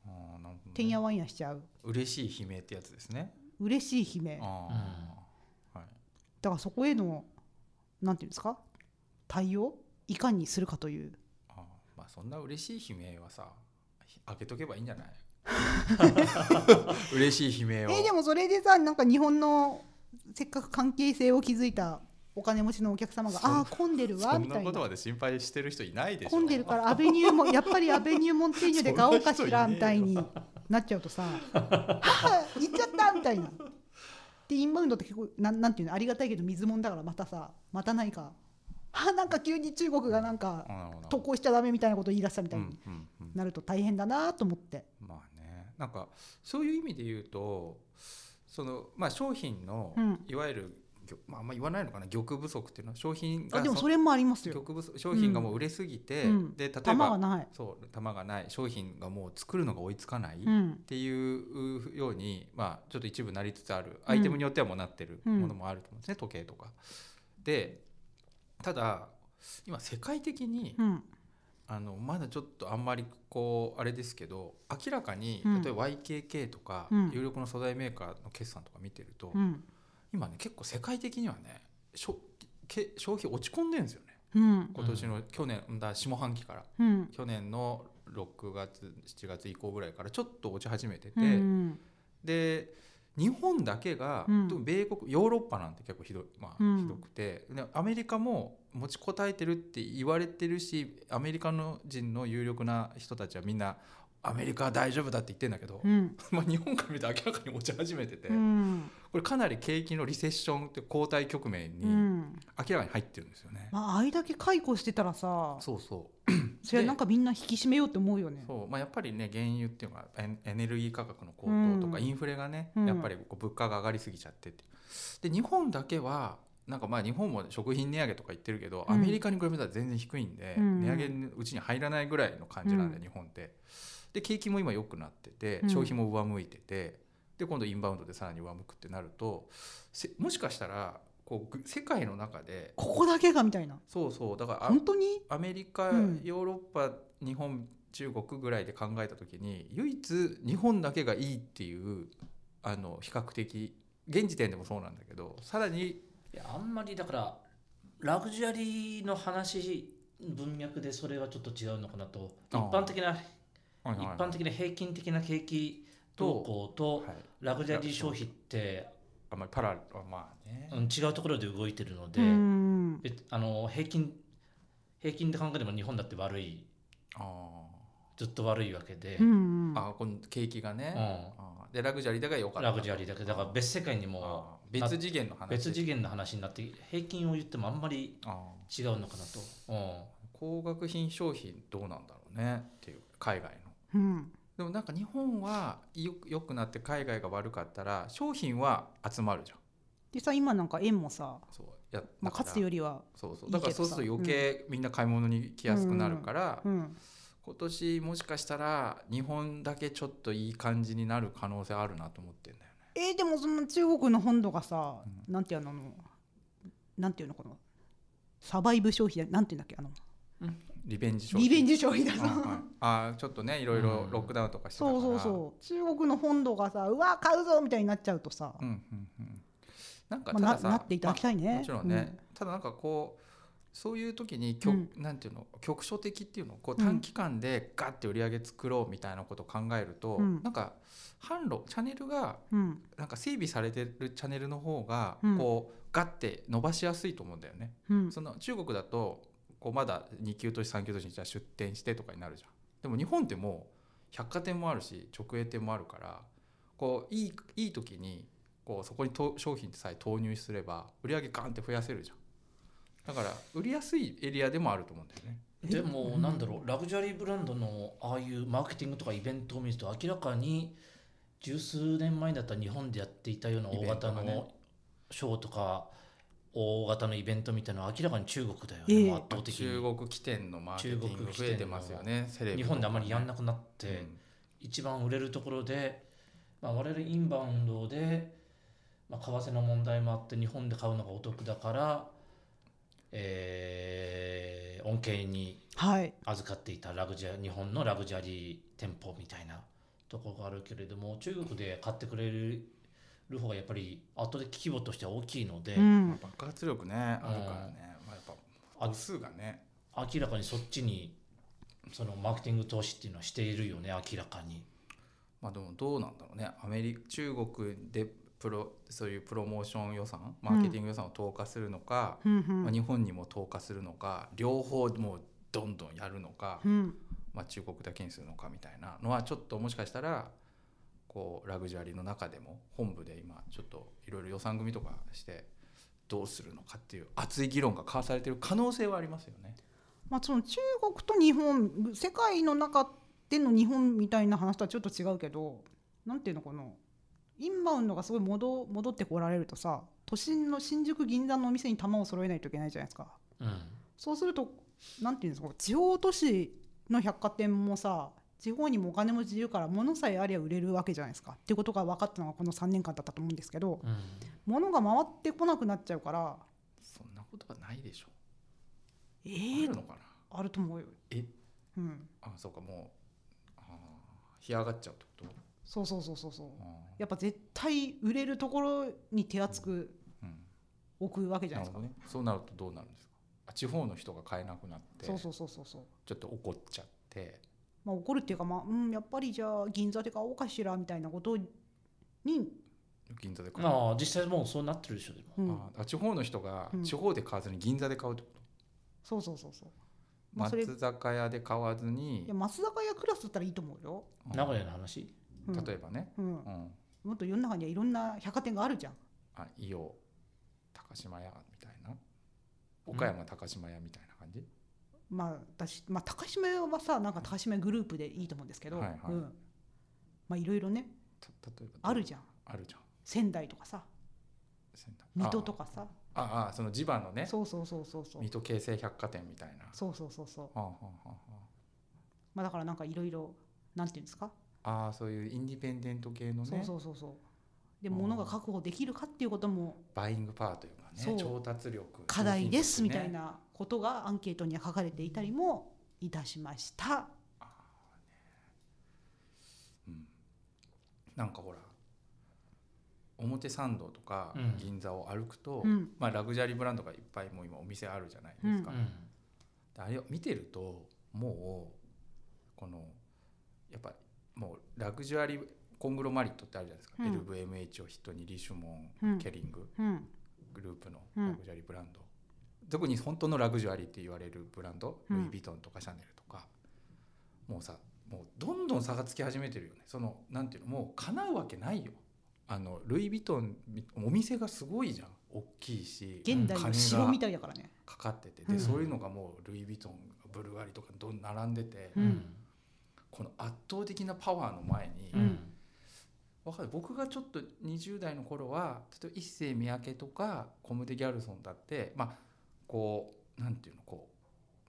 Speaker 3: あーなるほどね
Speaker 1: てんやわんやしちゃう
Speaker 3: 嬉しい悲鳴ってやつですね。
Speaker 1: 嬉しい悲鳴
Speaker 3: あーはい
Speaker 1: だからそこへのなんていうんですか対応いかにするかという
Speaker 3: あーまあそんな嬉しい悲鳴はさひ開けとけばいいん じゃない嬉しい悲鳴
Speaker 1: え
Speaker 3: を。
Speaker 1: ーでもそれでさなんか日本のせっかく関係性を築いたお金持ちのお客様が
Speaker 3: そん
Speaker 1: ああー混んでるわ
Speaker 3: そ
Speaker 1: み
Speaker 3: ん
Speaker 1: た
Speaker 3: ないこ
Speaker 1: な
Speaker 3: とまで心配してる人いないでしょ。
Speaker 1: 混んでるからアベニュー もやっぱりアベニューモンテーニュで買おうかしら
Speaker 3: そん
Speaker 1: み
Speaker 3: な
Speaker 1: たい
Speaker 3: 人
Speaker 1: に
Speaker 3: いねえよ
Speaker 1: なっちゃうと さ「はぁ行っちゃった!」みたいな。でインバウンドって結構なんなんていうのありがたいけど水もんだからまたさまた何か「はぁなんか急に中国がなんか
Speaker 3: あーなるほど
Speaker 1: 渡航しちゃダメ」みたいなこと言い出したみた
Speaker 3: う
Speaker 1: い
Speaker 3: ん
Speaker 1: に
Speaker 3: うんうん。
Speaker 1: なると大変だなと思って。
Speaker 3: まあねなんかそういう意味で言うとその、まあ、商品の、
Speaker 1: うん
Speaker 3: いわゆるぎょ、まあ、あんま言わないのかな玉不足っていうのは商品が
Speaker 1: あでも
Speaker 3: そ
Speaker 1: それもありますよ。
Speaker 3: 玉不足商品がもう売れすぎて、
Speaker 1: うん
Speaker 3: で例え
Speaker 1: 玉が
Speaker 3: ば
Speaker 1: ない。
Speaker 3: そう玉がない商品がもう作るのが追いつかない。
Speaker 1: うん
Speaker 3: っていうように、まあ、ちょっと一部なりつつあるアイテムによってはもうなってる
Speaker 1: うん
Speaker 3: ものもあると思うんですね、時計とか。でただ今世界的に、
Speaker 1: うん
Speaker 3: あのまだちょっとあんまりこうあれですけど明らかに
Speaker 1: うん
Speaker 3: 例えば YKK とか、
Speaker 1: うん
Speaker 3: 有力な素材メーカーの決算とか見てると、
Speaker 1: うん
Speaker 3: 今ね結構世界的にはねしょけ消費落ち込んでるんですよね
Speaker 1: うん
Speaker 3: 今年の、去年うんだ下半期から
Speaker 1: うん
Speaker 3: 去年の6月7月以降ぐらいからちょっと落ち始めてて、
Speaker 1: うん
Speaker 3: で日本だけが、
Speaker 1: うん
Speaker 3: でも米国ヨーロッパなんて結構ひど,、まあ
Speaker 1: うん
Speaker 3: ひどくてでアメリカも持ちこたえてるって言われてるしアメリカの人の有力な人たちはみんなアメリカは大丈夫だって言ってんだけど、
Speaker 1: うん
Speaker 3: まあ日本から見て明らかに落ち始めてて、
Speaker 1: うん
Speaker 3: これかなり景気のリセッションって後退局面に
Speaker 1: う
Speaker 3: 明
Speaker 1: ん
Speaker 3: らかに入ってるんですよね。
Speaker 1: まああれだけ解雇してたらさ
Speaker 3: そうそう
Speaker 1: それはなんかみんな引き締めようって思うよね。
Speaker 3: そうまあ、やっぱりね原油っていうのはエネエネルギー価格の高騰とか
Speaker 1: うん
Speaker 3: インフレがね、
Speaker 1: うん
Speaker 3: やっぱりこう物価が上がりすぎちゃっててで日本だけはなんかまあ日本も食品値上げとか言ってるけど、
Speaker 1: うん
Speaker 3: アメリカに比べたら全然低いんで、
Speaker 1: うん
Speaker 3: 値上げのうちに入らないぐらいの感じなんで、
Speaker 1: うん
Speaker 3: 日本ってで景気も今良くなってて
Speaker 1: うん
Speaker 3: 消費も上向いてて、で今度インバウンドでさらに上向くってなるとせもしかしたらこうぐ世界の中で
Speaker 1: ここだけがみたいな。
Speaker 3: そうそうだからあ
Speaker 1: 本当に
Speaker 3: アメリカ、
Speaker 1: うん
Speaker 3: ヨーロッパ日本中国ぐらいで考えた時に唯一日本だけがいいっていうあの比較的現時点でもそうなんだけどさらに
Speaker 2: いやあんまりだからラグジュアリーの話文脈でそれはちょっと違うのかなと一
Speaker 3: あ
Speaker 2: 般
Speaker 3: あ
Speaker 2: 的な
Speaker 3: 一
Speaker 2: 一般的な平均的な景気動向と
Speaker 3: はい、
Speaker 2: ラグジュアリー消費って、
Speaker 3: あんまりパラあまあね、
Speaker 2: うん、違うところで動いてるので、
Speaker 1: うん
Speaker 2: 別あの平均平均で考えても日本だって悪い
Speaker 3: あ
Speaker 2: ずっと悪いわけで
Speaker 1: う、ん
Speaker 3: ーあーこの景気がね、
Speaker 2: うん
Speaker 3: あーでラグジュアリーだが良かった
Speaker 2: ラグジュアリーだけだから別世界にも
Speaker 3: あー別次元の話
Speaker 2: 別次元の話になって平均を言ってもあんまり
Speaker 3: あー
Speaker 2: 違うのかなと、うん
Speaker 3: 高額品商品どうなんだろうねっていう海外の
Speaker 1: うん
Speaker 3: でもなんか日本はよ良くなって海外が悪かったら商品は集まるじゃん
Speaker 1: でさ今なんか円もさ、
Speaker 3: そうや
Speaker 1: まあ、
Speaker 3: だか
Speaker 1: からつてよりは、
Speaker 3: そう
Speaker 1: い
Speaker 3: そ
Speaker 1: ういけ
Speaker 3: だ
Speaker 1: ど
Speaker 3: からそうすると余計みんな買い物に来やすくなるから、
Speaker 1: うん、
Speaker 3: 今年もしかしたら日本だけちょっといい感じになる可能性あるなと思ってんだよね
Speaker 1: えーでもその中国の本土がさ、
Speaker 3: う
Speaker 1: なんていうのあのなんていうのかなサバイブ消費だなんていうんだっけあの
Speaker 3: リベンジ商品
Speaker 1: リベンジ消費だ
Speaker 3: うんはい
Speaker 1: さ、
Speaker 3: あーちょっとねいろいろ
Speaker 2: うん
Speaker 3: ロックダウンとかしてたから、
Speaker 1: そうそうそう中国の本土がさうわ買うぞみたいになっちゃうとさ、
Speaker 3: うんうんうんなんか
Speaker 1: まあ
Speaker 3: ただ
Speaker 1: な
Speaker 3: さ、
Speaker 1: なっていただきたいね、
Speaker 3: まあもちろんね、ただなんかこうそういう時に局、なんていうの局所的っていうのこう
Speaker 1: うん
Speaker 3: 短期間でガッて売り上げ作ろうみたいなことを考えると、
Speaker 1: うん
Speaker 3: なんか販路チャンネルが
Speaker 1: うん、うん
Speaker 3: なんか整備されてるチャンネルの方が
Speaker 1: うん
Speaker 3: こう、ガッて伸ばしやすいと思うんだよね。
Speaker 1: うん
Speaker 3: その中国だとこうまだ2級都市3級都市にじゃあ出店してとかになるじゃん。でも日本ってもう百貨店もあるし直営店もあるからこういいいい時にこうそこにと商品さえ投入すれば売り上げガンって増やせるじゃん。だから売りやすいエリアでもあると思うんだよね。
Speaker 2: でもなんだろうラグジュアリーブランドのああいうマーケティングとかイベントを見ると明らかに十数年前だったら日本でやっていたような大型
Speaker 3: イベントが
Speaker 2: のショーとか大型のイベントみたいなのは明らかに中国だよ
Speaker 1: え
Speaker 2: ね、
Speaker 1: え
Speaker 2: もう圧倒的
Speaker 3: 中
Speaker 2: に
Speaker 3: 国起点のマーケティング増えてますよね。セレブ
Speaker 2: 日
Speaker 3: とか
Speaker 2: 本
Speaker 3: ね
Speaker 2: であまりやんなくなって、
Speaker 3: うん
Speaker 2: 一番売れるところで、まあ、我々インバウンドで、まあ、為替の問題もあって日本で買うのがお得だから、えー恩恵に
Speaker 1: はい
Speaker 2: 預かっていたラグジュア日本のラグジュアリー店舗みたいなところがあるけれども中国で買ってくれる方がやっぱり後で規模としては大きいので、
Speaker 1: うん
Speaker 3: 爆発力ねあるからね。まあやっぱ
Speaker 2: あ
Speaker 3: 母数がね。
Speaker 2: 明らかにそっちにそのマーケティング投資っていうのはしているよね明らかに。
Speaker 3: まあでもどうなんだろうねアメリカ中国でプロそういうプロモーション予算マーケティング予算を投下するのか、
Speaker 1: うんうん
Speaker 3: まあ、日本にも投下するのか両方もうどんどんやるのか、
Speaker 1: うん
Speaker 3: まあ、中国だけにするのかみたいなのはちょっともしかしたらこうラグジュアリーの中でも本部で今ちょっといろいろ予算組とかしてどうするのかっていう熱い議論が交わされてる可能性はありますよね。
Speaker 1: まあ、その中国と日本世界の中での日本みたいな話とはちょっと違うけどなんていうのかなインバウンドがすごい戻戻ってこられるとさ都心の新宿銀座のお店に玉を揃えないといけないじゃないですか
Speaker 2: うん
Speaker 1: そうするとなんていうんですか地方都市の百貨店もさ地方にもお金も自由から物さえありゃ売れるわけじゃないですかっていうことが分かったのがこの3年間だったと思うんですけど
Speaker 2: うん
Speaker 1: 物が回ってこなくなっちゃうから
Speaker 3: そんなことはないでしょ
Speaker 1: え
Speaker 3: う。
Speaker 1: ー
Speaker 3: あるのかな
Speaker 1: あると思うよ。
Speaker 3: え
Speaker 1: うん、
Speaker 3: あそうかもうあー干上がっちゃうってこと
Speaker 1: そうそうそうそうそう。
Speaker 3: あー
Speaker 1: やっぱ絶対売れるところに手厚く
Speaker 3: うん
Speaker 1: 置くわけじゃないですか、
Speaker 3: なるほどねそうなるとどうなるんですかあ地方の人が買えなくなって
Speaker 1: そうそうそうそうそう、
Speaker 3: ちょっと怒っちゃって
Speaker 1: まあ、怒るっていうかまあ、うん、やっぱりじゃあ銀座で買おうかしらみたいなことに、
Speaker 3: 銀座で買う、
Speaker 2: まあ実際もうそうなってるでしょでも
Speaker 1: うん、
Speaker 3: ああ地方の人が
Speaker 1: うん
Speaker 3: 地方で買わずに銀座で買うってこと、
Speaker 1: そうそうそうそうまあそれ
Speaker 3: 松坂屋で買わず
Speaker 1: い
Speaker 3: に
Speaker 1: や松坂屋クラスだったらいいと思うよ、
Speaker 3: うん
Speaker 2: 名古屋の話
Speaker 1: うん、
Speaker 3: 例えばね、
Speaker 1: うん、
Speaker 3: うん、
Speaker 1: もっと世の中にはいろんな百貨店があるじゃん
Speaker 3: あ伊予高島屋みたいな岡山高島屋みたいな感じ、
Speaker 1: まあ私、まあ、高島屋はさなんか高島屋グループでいいと思うんですけど、
Speaker 3: はいはい
Speaker 1: うん、まあいろいろね
Speaker 3: た例えば
Speaker 1: あるじゃん
Speaker 3: ゃんあるじゃん
Speaker 1: 仙台とかさ
Speaker 3: 仙台
Speaker 1: 水戸とかさ
Speaker 3: あああその地場のね
Speaker 1: そうそうそうそうそう
Speaker 3: 水戸京成百貨店みたいな
Speaker 1: そうそうそうそう
Speaker 3: はあはあはあはあ
Speaker 1: まあだからなんかいろいろなんていうんですか
Speaker 3: ああそういうインディペンデント系のね
Speaker 1: そうそうそうそうで
Speaker 3: うん
Speaker 1: 物が確保できるかっていうことも
Speaker 3: バイングパワーというか
Speaker 1: そう
Speaker 3: ね調達力
Speaker 1: 課題ですみたい
Speaker 3: 商品力ね
Speaker 1: なことがアンケートには書かれていたりもいたしました。
Speaker 3: うんなんかほら表参道とか
Speaker 2: うん
Speaker 3: 銀座を歩くと、
Speaker 1: うん
Speaker 3: まあ、ラグジュアリーブランドがいっぱいもう今お店あるじゃないです
Speaker 2: う
Speaker 3: か、
Speaker 2: ん
Speaker 3: であれを見てるともうこのやっぱもうラグジュアリーコングロマリットってあるじゃないですか、
Speaker 1: うん
Speaker 3: LVMH を筆頭にリシュモン、
Speaker 1: うん
Speaker 3: ケリング
Speaker 1: うん
Speaker 3: グループの
Speaker 1: うん
Speaker 3: ラグジュアリーブランド、特に本当のラグジュアリーって言われるブランド、
Speaker 1: うん
Speaker 3: ルイ・ヴィトンとかシャネルとかもうさもうどんどん差がつき始めてるよねそのなんていうのもうかなうわけないよあのルイ・ヴィトンお店がすごいじゃん大きいし
Speaker 1: 現代の城みたいだからね。
Speaker 3: かかってて
Speaker 1: う
Speaker 3: で
Speaker 1: ん
Speaker 3: そういうのがもうルイ・ヴィトンブルガリとかどんどん並んでて、
Speaker 1: うん
Speaker 2: うん
Speaker 3: この圧倒的なパワーの前に、
Speaker 1: うん
Speaker 3: わかる僕がちょっと20代の頃は例えば一世三宅とかコム・デ・ギャルソンだってまあこうなんていうのこ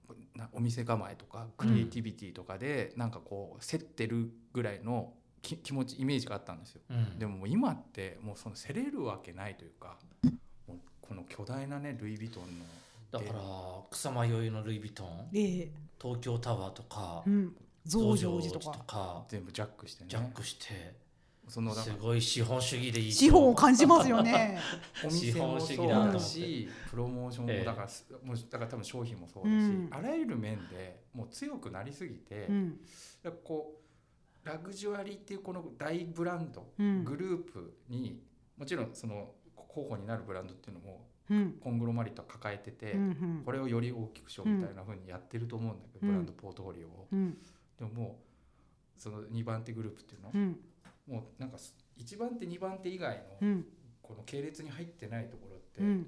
Speaker 3: うなお店構えとかクリエイティビティとかで、なんかこう競ってるぐらいのき気持ちイメージがあったんですよ。
Speaker 2: うん
Speaker 3: でももう今ってもうその競れるわけないというかもうこの巨大なねルイ・ヴィトンの
Speaker 2: だから草間弥生のルイ・ヴィトン
Speaker 1: で、
Speaker 2: 東京タワーとか
Speaker 1: うん、増上
Speaker 2: 増
Speaker 1: 寺と
Speaker 2: 上寺と
Speaker 1: か
Speaker 2: か
Speaker 3: 全部ジャックしてね
Speaker 2: ジャックして
Speaker 3: そのだか
Speaker 2: す
Speaker 3: ら
Speaker 2: ごい資本主義でいいと
Speaker 1: 資本を感じますよね。
Speaker 3: お店も
Speaker 2: 資
Speaker 3: そ
Speaker 2: 本主義
Speaker 3: う
Speaker 2: だ
Speaker 1: なと
Speaker 3: だ
Speaker 1: 思って
Speaker 3: しプロモーション
Speaker 2: え
Speaker 3: も
Speaker 2: え
Speaker 3: だからす、もうだから多分商品もそうだし、
Speaker 1: うん
Speaker 3: あらゆる面でもう強くなりすぎて、
Speaker 1: うん、
Speaker 3: やっぱこうラグジュアリーっていうこの大ブランド、
Speaker 1: うん
Speaker 3: グループにもちろんその候補になるブランドっていうのも
Speaker 1: うん、
Speaker 3: コングロマリットは抱えてて、
Speaker 1: うん、
Speaker 3: これをより大きくしようみたいな風にやってると思うんだけど、
Speaker 1: うん
Speaker 3: ブランドポートフォリオを。
Speaker 1: うん、
Speaker 3: でももうその2番手グループっていうのは
Speaker 1: う、ん、
Speaker 3: もうなんか1番手2番手以外
Speaker 1: う
Speaker 3: の
Speaker 1: ん、
Speaker 3: この系列に入ってないところって、
Speaker 1: うん、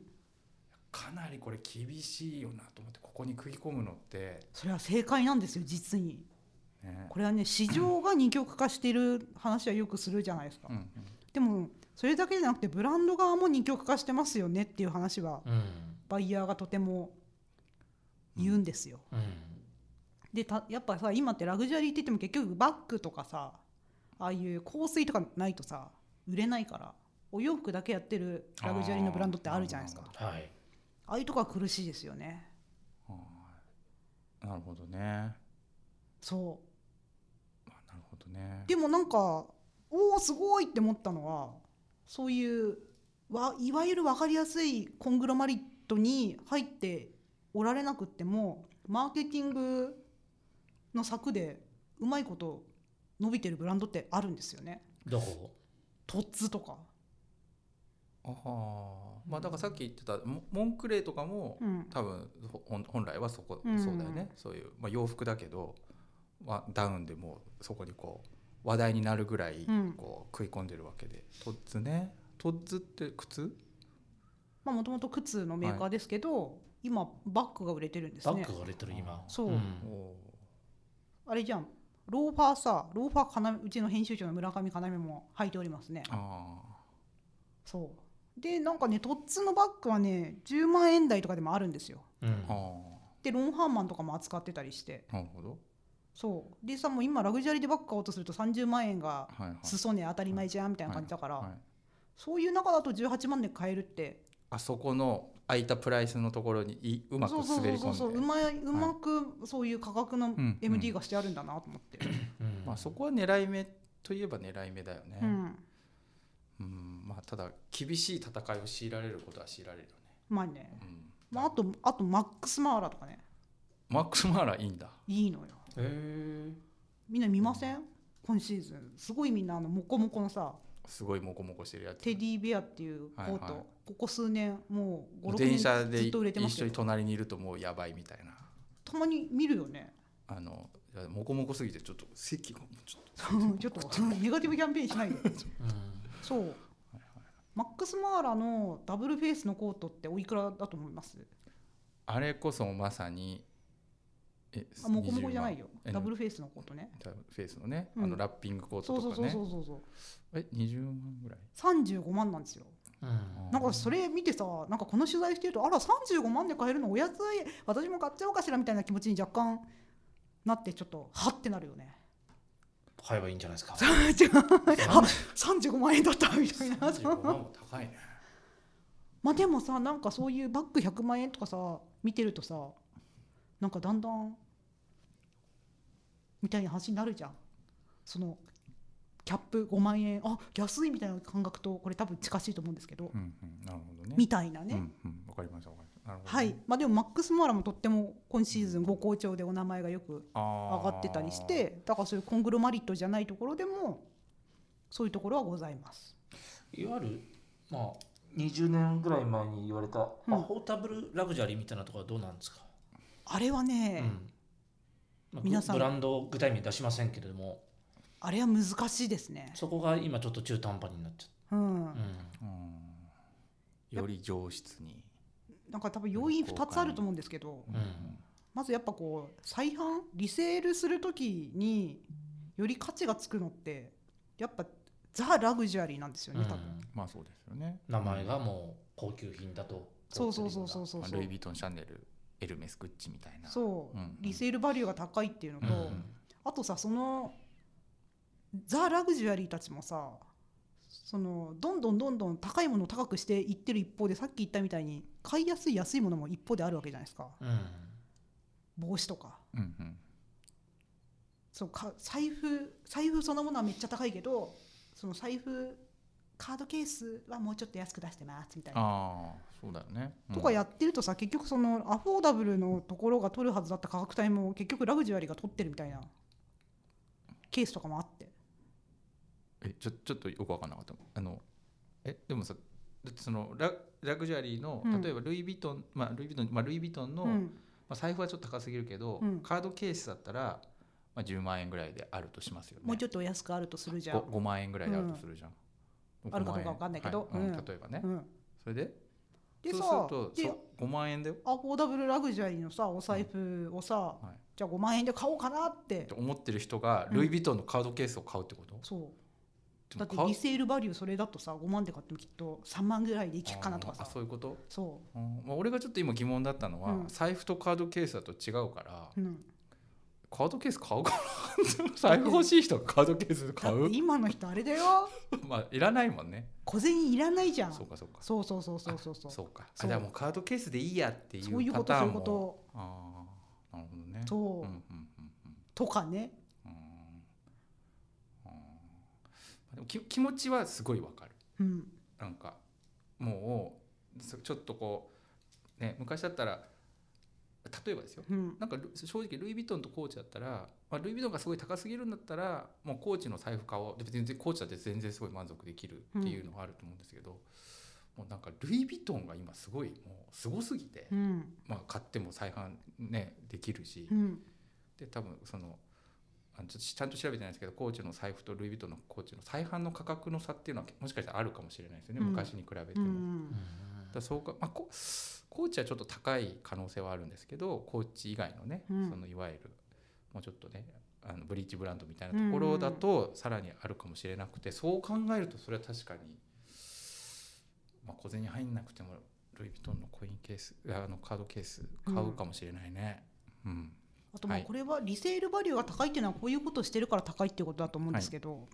Speaker 3: かなりこれ厳しいよなと思ってここに食い込むのって、
Speaker 1: それは正解なんですよ、実に。
Speaker 3: ね
Speaker 1: これはね、市場が二極化している話はよくするじゃないですか
Speaker 3: う。ん
Speaker 1: でも、それだけじゃなくて、ブランド側も二極化してますよねっていう話は。
Speaker 2: うん
Speaker 1: バイヤーがとても言うんですよ。
Speaker 2: うん
Speaker 1: でたやっぱさ今ってラグジュアリーって言っても結局バッグとかさああいう香水とかないとさ売れないからお洋服だけやってるラグジュアリーのブランドってあるじゃないですか
Speaker 3: あー
Speaker 2: はい
Speaker 1: ああいうとこは苦しいですよね
Speaker 3: うんはいなるほどね、
Speaker 1: そ
Speaker 3: まあ、なるほどね
Speaker 1: うでもなんかおおすごいって思ったのはそういうわいわゆる分かりやすいコングロマリットに入っておられなくってもマーケティングの策でうまいこと伸びてるブランドってあるんですよね
Speaker 2: どこ
Speaker 1: トッツとか。
Speaker 3: ああまあだからさっき言ってたモモンクレーとかも、
Speaker 1: うん
Speaker 3: 多分ほ本本来はそこ、
Speaker 1: うん
Speaker 3: そうだよねそういう、まあ、洋服だけど、まあ、ダウンでもうそこにこう話題になるぐらい
Speaker 1: うん
Speaker 3: こう食い込んでるわけで、トッツねトッツって靴
Speaker 1: まあもともと靴のメーカーですけど、今バッグが売れてるんです
Speaker 2: バ
Speaker 1: ね
Speaker 2: ッグが売れてる今
Speaker 1: そうん
Speaker 3: お
Speaker 1: あれじゃんローファーさローファーかなうちの編集長の村上かなめも履いておりますね
Speaker 3: あ
Speaker 1: そうでなんかねトッツのバッグはね10万円台とかでもあるんですよ
Speaker 2: うん
Speaker 3: ーあ
Speaker 1: でロンハーマンとかも扱ってたりして
Speaker 3: ーなるほど
Speaker 1: そうでさもう今ラグジュアリーでバッグ買おうとすると30万円が
Speaker 3: はいはい
Speaker 1: 裾値当たり前じゃんみたいな感じだから、
Speaker 3: はい
Speaker 1: そういう中だと18万で買えるって
Speaker 3: あそこの空いたプライスのところにいうまく
Speaker 1: そうそう
Speaker 3: 滑
Speaker 1: そ
Speaker 3: り
Speaker 1: うそう
Speaker 3: 込ん
Speaker 1: う
Speaker 3: で
Speaker 1: まいうまくそういう価格の
Speaker 3: ん
Speaker 1: MD がしてあるんだなと思って、
Speaker 2: うん
Speaker 3: まあそこは狙い目といえば狙い目だよね、
Speaker 1: う
Speaker 3: うん
Speaker 1: ん、
Speaker 3: まあ、ただ厳しい戦いを強いられることは強いられるよ
Speaker 1: まあね
Speaker 3: ね、うん
Speaker 1: まあ、あとあとマックス・マーラとかね
Speaker 3: マックス・マーラいいんだ
Speaker 1: いいのよ
Speaker 2: へえ
Speaker 1: みんな見ません今シーズンすごいみんなあのモコモコのさ
Speaker 3: すごいモコモコしてるやつ
Speaker 1: テディベアっていうコート、
Speaker 3: はいはい
Speaker 1: ここ数年もう56
Speaker 3: 電車
Speaker 1: 年
Speaker 3: で
Speaker 1: ずっと売れてま
Speaker 3: 一
Speaker 1: す
Speaker 3: 緒
Speaker 1: よ
Speaker 3: に隣にいるともうやばいみたいな
Speaker 1: たまに見るよね
Speaker 3: あのいやモコモコすぎてちょっと席がちょっ
Speaker 1: ちょっとネガティブキャンペーンしない でそうマックス・マーラのダブルフェイスのコートっておいくらだと思います
Speaker 3: とあれこそまさにえ
Speaker 1: あモコモコじゃないよ
Speaker 3: え
Speaker 1: ダブルフェイスのコートね
Speaker 3: 20万フェイスのね、
Speaker 1: うん
Speaker 3: あのラッピングコー
Speaker 1: そ
Speaker 3: ト
Speaker 1: うそ
Speaker 3: と
Speaker 1: う
Speaker 3: か
Speaker 1: そう
Speaker 3: ね
Speaker 1: そうそうそう
Speaker 3: え20万ぐらい
Speaker 1: 35万なんですよ
Speaker 2: うん
Speaker 1: なんかそれ見てさなんかこの取材してるとあら35万で買えるのお安い私も買っちゃおうかしらみたいな気持ちに若干なってちょっとはってなるよ ね。
Speaker 2: 買えばいいんじゃな いですか
Speaker 1: 違うあ35万円だったみたいな。
Speaker 3: 35万も高いね
Speaker 1: まあでもさなんかそういうバッグ100万円とかさ見てるとさなんかだんだんみたいな話になるじゃん。そのキャップ5万円あ安いみたいな感覚とこれ多分近しいと思うんですけど、
Speaker 3: うんうん、なるほどね。
Speaker 1: みたいなね。
Speaker 3: うんうん、わかりました。わかりました。なるほど
Speaker 1: は
Speaker 3: ね、
Speaker 1: いまあ、でもマックス・モアラもとっても今シーズンご好調でお名前がよく上
Speaker 3: 上
Speaker 1: がってたりし。てだからそういうコングロマリットじゃないところでもそういうところはございます。
Speaker 2: いわゆるまあ20年ぐらい前に言われたア
Speaker 1: うん
Speaker 2: フォータブルラグジュアリーみたいなところはどうなんですか
Speaker 1: あれはね、
Speaker 2: うんまあ
Speaker 1: 皆さん
Speaker 2: ブランドを具体名出しませんけれども
Speaker 1: あれは難しいですね。
Speaker 2: そこが今ちょっと中途半端になっちゃっ
Speaker 1: うん
Speaker 2: た、うん
Speaker 3: うん。より上質に。
Speaker 1: なんか多分要因2つあると思うんですけど
Speaker 2: ん
Speaker 1: まずやっぱこう再販リセールする時により価値がつくのってやっぱザ・ラグジュアリーなんですよ
Speaker 2: う
Speaker 1: ね多分、
Speaker 2: ん
Speaker 3: まあそうですよね
Speaker 2: 名前がもう高級品だと
Speaker 1: そうそうそうそう
Speaker 2: う
Speaker 1: そう
Speaker 3: まあ
Speaker 1: そ
Speaker 3: ルイ・
Speaker 1: う
Speaker 3: ヴィトンシャネルエルメスグッチみたいな
Speaker 1: そう、
Speaker 3: うん
Speaker 1: リセールバリューが高いっていうのと、
Speaker 2: うんうん
Speaker 1: あとさそのザ・ラグジュアリーたちもさそのどんどんどんどん高いものを高くしていってる一方でさっき言ったみたいに買いやすい安いものも一方であるわけじゃないですか帽子とか
Speaker 3: うんうん
Speaker 1: そうか財布財布そのものはめっちゃ高いけどその財布カードケースはもうちょっと安く出してますみたいな。
Speaker 3: ああそうだよね
Speaker 1: とかや
Speaker 3: っ
Speaker 1: ってるとさ結局そのアフォーダブルのところが取るはずだった価格帯も結局ラグジュアリーが取ってるみたいなケースとかもあって
Speaker 3: えちょちょっとよく分かんなかったあのえでもさだってそのララグジュアリーの
Speaker 1: うん
Speaker 3: 例えばルイ・ヴィトン、まあルイ・ヴィトン、まあ、ルイ・ヴィトンの、
Speaker 1: うん
Speaker 3: まあ、財布はちょっと高すぎるけど、
Speaker 1: うん
Speaker 3: カードケースだったら、まあ、10万円ぐらいであるとしますよね
Speaker 1: もうちょっとお安くあるとするじゃん
Speaker 3: 5, 万円ぐらいであるとするじゃん、
Speaker 1: んあるかどうか
Speaker 3: 5万円
Speaker 1: わかんないけど
Speaker 3: はいう
Speaker 1: うん
Speaker 3: ん、例えばね、
Speaker 1: うん、
Speaker 3: それで
Speaker 1: でさ
Speaker 3: そうする
Speaker 1: で
Speaker 3: とそう5万円だよ
Speaker 1: アフォーダブルラグジュアリーのさお財布をさ、
Speaker 3: い
Speaker 1: じゃあ5万円で買おうかなって
Speaker 3: って思ってる人が
Speaker 1: うん
Speaker 3: ルイ・ヴィトンのカードケースを買うってこと、
Speaker 1: そう
Speaker 3: で
Speaker 1: だっ
Speaker 3: も
Speaker 1: て
Speaker 3: 買う
Speaker 1: リセールバリューそれだとさ5万で買ってもきっと3万ぐらいでいけっかなとか
Speaker 3: あ
Speaker 1: さ
Speaker 3: ーそういうこと、
Speaker 1: そ
Speaker 3: うんまあ、俺がちょっと今疑問だったのは、
Speaker 1: うん
Speaker 3: 財布とカードケースだと違うから、
Speaker 1: う、うん、
Speaker 3: カードケース買うかな 財布欲しい人がカードケース買
Speaker 1: だっ
Speaker 3: う
Speaker 1: て今の人あれだよ
Speaker 3: まあいらないもんね
Speaker 1: 小銭いらないじゃん
Speaker 3: そうかそうか
Speaker 1: そうそうそうそうそうそう
Speaker 3: そうか
Speaker 1: そ
Speaker 3: あ
Speaker 1: う
Speaker 3: じゃあもうカードケースでいいやってい
Speaker 1: そういう
Speaker 3: う
Speaker 1: こ
Speaker 3: パ
Speaker 1: と
Speaker 3: タ
Speaker 1: そうい
Speaker 3: ーン
Speaker 1: う
Speaker 3: も
Speaker 1: こと
Speaker 3: ああなるほどね
Speaker 1: そう、
Speaker 3: うんうんうん
Speaker 1: とかね
Speaker 3: うんうんうんまあでもき気持ちはすごいわかる
Speaker 1: うん
Speaker 3: なんかもうそちょっとこうね昔だったら例えばですよ
Speaker 1: うん
Speaker 3: なんかル正直ルイ・ヴィトンとコーチだったら、まあ、ルイ・ヴィトンがすごい高すぎるんだったらもうコーチの財布買おうで全然コーチだって全然すごい満足できるっていうのがあると思うんですけど、もうなんかルイ・ヴィトンが今すごいもうすごすぎて、
Speaker 1: うん
Speaker 3: まあ、買っても再販ねできるし、
Speaker 1: うん
Speaker 3: で多分そのあのちょっとちゃんと調べてないですけどコーチの財布とルイ・ヴィトンのコーチの再販の価格の差っていうのはもしかしたらあるかもしれないですよね、
Speaker 1: うん
Speaker 3: 昔に比べて
Speaker 1: う
Speaker 3: も。
Speaker 1: ん
Speaker 3: だからそうか、まあ、こコーチはちょっと高い可能性はあるんですけどコーチ以外のね、
Speaker 1: うん
Speaker 3: そのいわゆるもうちょっとねあのブリーチブランドみたいなところだとさらにあるかもしれなくて、そう考えるとそれは確かに、まあ、小銭入んなくてもルイ・ヴィトンのコインケースあのカードケース買うかもしれないね。うん
Speaker 1: あとまあ
Speaker 3: はい
Speaker 1: これはリセールバリューが高いっていうのはこういうことをしてるから高いっていうことだと思うんですけど、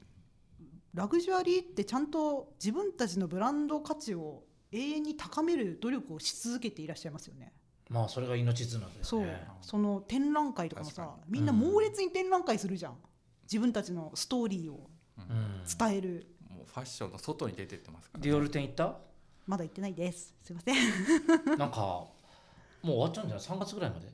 Speaker 1: ラグジュアリーってちゃんと自分たちのブランド価値を永遠に高める努力をし続けていらっしゃいますよね。
Speaker 2: まあそれが命綱です
Speaker 1: そう
Speaker 2: ね。
Speaker 1: その展覧会とかも
Speaker 3: 確
Speaker 1: さ
Speaker 3: か
Speaker 1: みんな
Speaker 2: うん
Speaker 1: 猛烈に展覧会するじゃん、自分たちのストーリーを
Speaker 2: う
Speaker 3: うん
Speaker 2: ん
Speaker 1: 伝える、
Speaker 3: もうファッションの外に出てってますから、
Speaker 2: ディオール店行った？
Speaker 1: まだ行ってないですすいません
Speaker 2: なんかもう終わっちゃうんじゃない？3月ぐらいまで？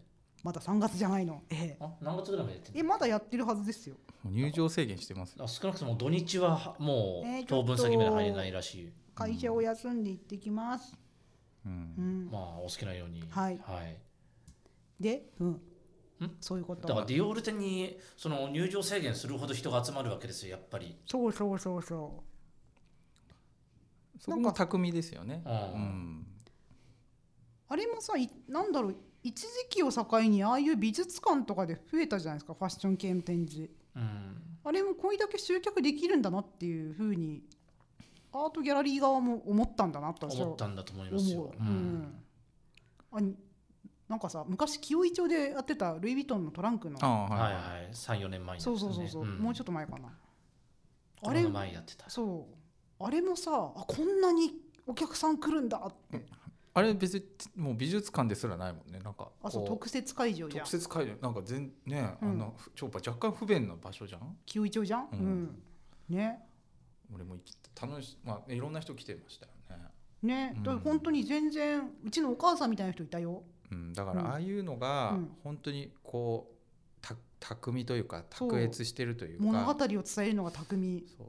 Speaker 1: まだ3月じゃないのええ
Speaker 2: あ何月ぐらいまでやってんの
Speaker 1: えまだやってるはずですよ
Speaker 3: もう入場制限してますよ
Speaker 2: あ少なくとも土日はも
Speaker 1: えー
Speaker 2: う
Speaker 1: ちょっと
Speaker 2: 当分先まで入れないらしい、
Speaker 1: 会社を休んで行ってきます、
Speaker 3: う
Speaker 1: うんん
Speaker 2: まあお好きなように
Speaker 1: はいでうんそういうこと
Speaker 2: だからディオール店にその入場制限するほど人が集まるわけですよやっぱり、
Speaker 1: そうそうそうそう
Speaker 3: そこも巧みですよね。
Speaker 2: う
Speaker 3: うんん
Speaker 1: あれもさいなんだろう一時期を境にああいう美術館とかで増えたじゃないですかファッション系の展示
Speaker 2: うん
Speaker 1: あれもこれだけ集客できるんだなっていうふうにアートギャラリー側も思ったんだなと私は
Speaker 2: 思ったんだと思いますよ、
Speaker 1: 思う、うんあになんかさ昔紀尾井町でやってたルイ・ヴィトンのトランクの
Speaker 3: ああはい
Speaker 2: は
Speaker 3: はいい
Speaker 2: はい34年前に
Speaker 1: そうそうそうそう、もうちょっ
Speaker 2: っ
Speaker 1: と前かな
Speaker 2: と
Speaker 1: あ
Speaker 2: あ
Speaker 1: れ
Speaker 2: れ前やってた
Speaker 1: そうあれもさあこんなにお客さん来るんだって
Speaker 3: あれ別にもう美術館ですらないもんねなんか
Speaker 1: あそう
Speaker 3: こ
Speaker 1: 特設会場
Speaker 3: う
Speaker 1: じゃん
Speaker 3: 特設会場なんか全ね、
Speaker 1: うん
Speaker 3: あんなふちょっと若干不便な場所じゃん
Speaker 1: 紀尾井町じゃん、う
Speaker 3: うんん、
Speaker 1: ね
Speaker 3: 俺も行き楽しまあいろんな人来てましたよね、
Speaker 1: ね、
Speaker 3: うん
Speaker 1: だから本当に全然うちのお母さんみたいな人いたよ
Speaker 3: うん、だか
Speaker 1: うん
Speaker 3: らああいうのが
Speaker 1: うん
Speaker 3: 本当にこうた巧みというか卓越してるという
Speaker 1: 物語
Speaker 3: か
Speaker 1: を伝えるのが巧み
Speaker 3: そう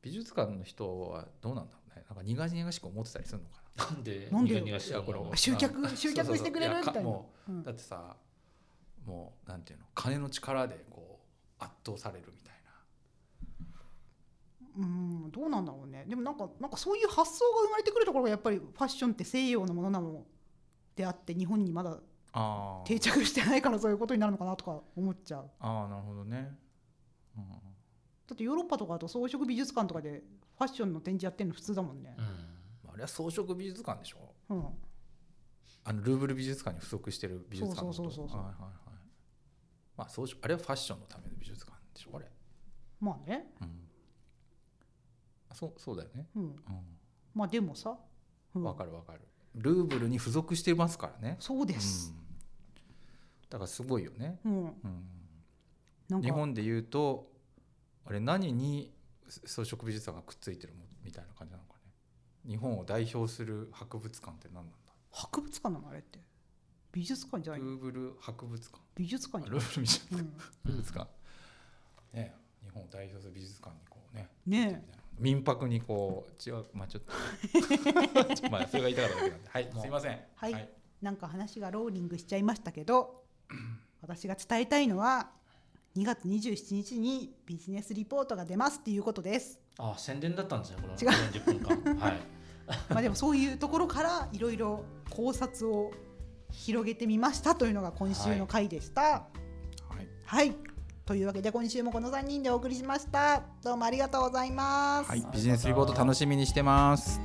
Speaker 3: 美術館の人はどうなんだろうねなんか苦々しく思ってたりするのかな
Speaker 2: なんで
Speaker 1: なんでよ
Speaker 2: 苦々しい
Speaker 3: いやこれ
Speaker 2: 思うの
Speaker 1: 集客
Speaker 3: あ
Speaker 1: 集
Speaker 3: そうそうそ
Speaker 1: 客
Speaker 3: う
Speaker 1: してくれる
Speaker 3: いや
Speaker 1: み
Speaker 3: か
Speaker 1: たいな
Speaker 3: も
Speaker 1: うん
Speaker 3: だってさもうなんていうの金の力でこう圧倒されるみたいな
Speaker 1: うんどうなんだろうねでもなんかなんかそういう発想が生まれてくるところがやっぱりファッションって西洋のものなのであって日本にまだ
Speaker 3: あー
Speaker 1: 定着してないからそういうことになるのかなとか思っちゃう
Speaker 3: ああなるほどね、
Speaker 1: ってヨーロッパとかだと装飾美術館とかでファッションの展示やってるの普通だもんね
Speaker 2: う。ん
Speaker 3: まああれは装飾美術館でしょ
Speaker 1: うん、
Speaker 3: あのルーブル美術館に付属してる美術館のこと
Speaker 1: そうそうそうそうそう
Speaker 3: はいはいはいまあ装飾あれはファッションのための美術館でしょあれ
Speaker 1: まあね、
Speaker 3: うんあそうそうだよね
Speaker 1: うん、
Speaker 3: う
Speaker 1: まあでもさ、うんん
Speaker 3: わ、かるわかるルーブルに付属してますからね
Speaker 1: そうです。
Speaker 3: うん、だからすごいよね、
Speaker 1: うん、
Speaker 3: うん、
Speaker 1: なんか
Speaker 3: 日本で言うとあれ何に装飾美術館がくっついてるもみたいな感じなのかね日本を代表する博物館って何なんだ
Speaker 1: 博物館なのあれって美術館じゃない
Speaker 3: ル
Speaker 1: の
Speaker 3: ーブル博物館
Speaker 1: 美術
Speaker 3: あ
Speaker 1: 館じゃな
Speaker 3: ル
Speaker 1: い
Speaker 3: ーブル美術
Speaker 1: の、
Speaker 3: 館
Speaker 1: うん、
Speaker 3: 美術館ね日本を代表する美術館にこうね
Speaker 1: ねえ
Speaker 3: ついてみたいな民泊にこう違うまあちょ っとまあそれが言いたかっただけなんではいすいません
Speaker 1: はいなんか話がローリングしちゃいましたけ ど私が伝えたいのは2月27日にビジネスリポートが出ますっていうことです。
Speaker 2: あ宣伝だったんですねこの
Speaker 1: 違う
Speaker 2: 40分間はい
Speaker 1: まあでもそういうところからいろいろ考察を広げてみましたというのが今週の回でした。はい、
Speaker 3: はい
Speaker 1: というわけで今週もこの3人でお送りしました。どうもありがとうございます。
Speaker 3: はい、ビジネスリポート楽しみにしてます。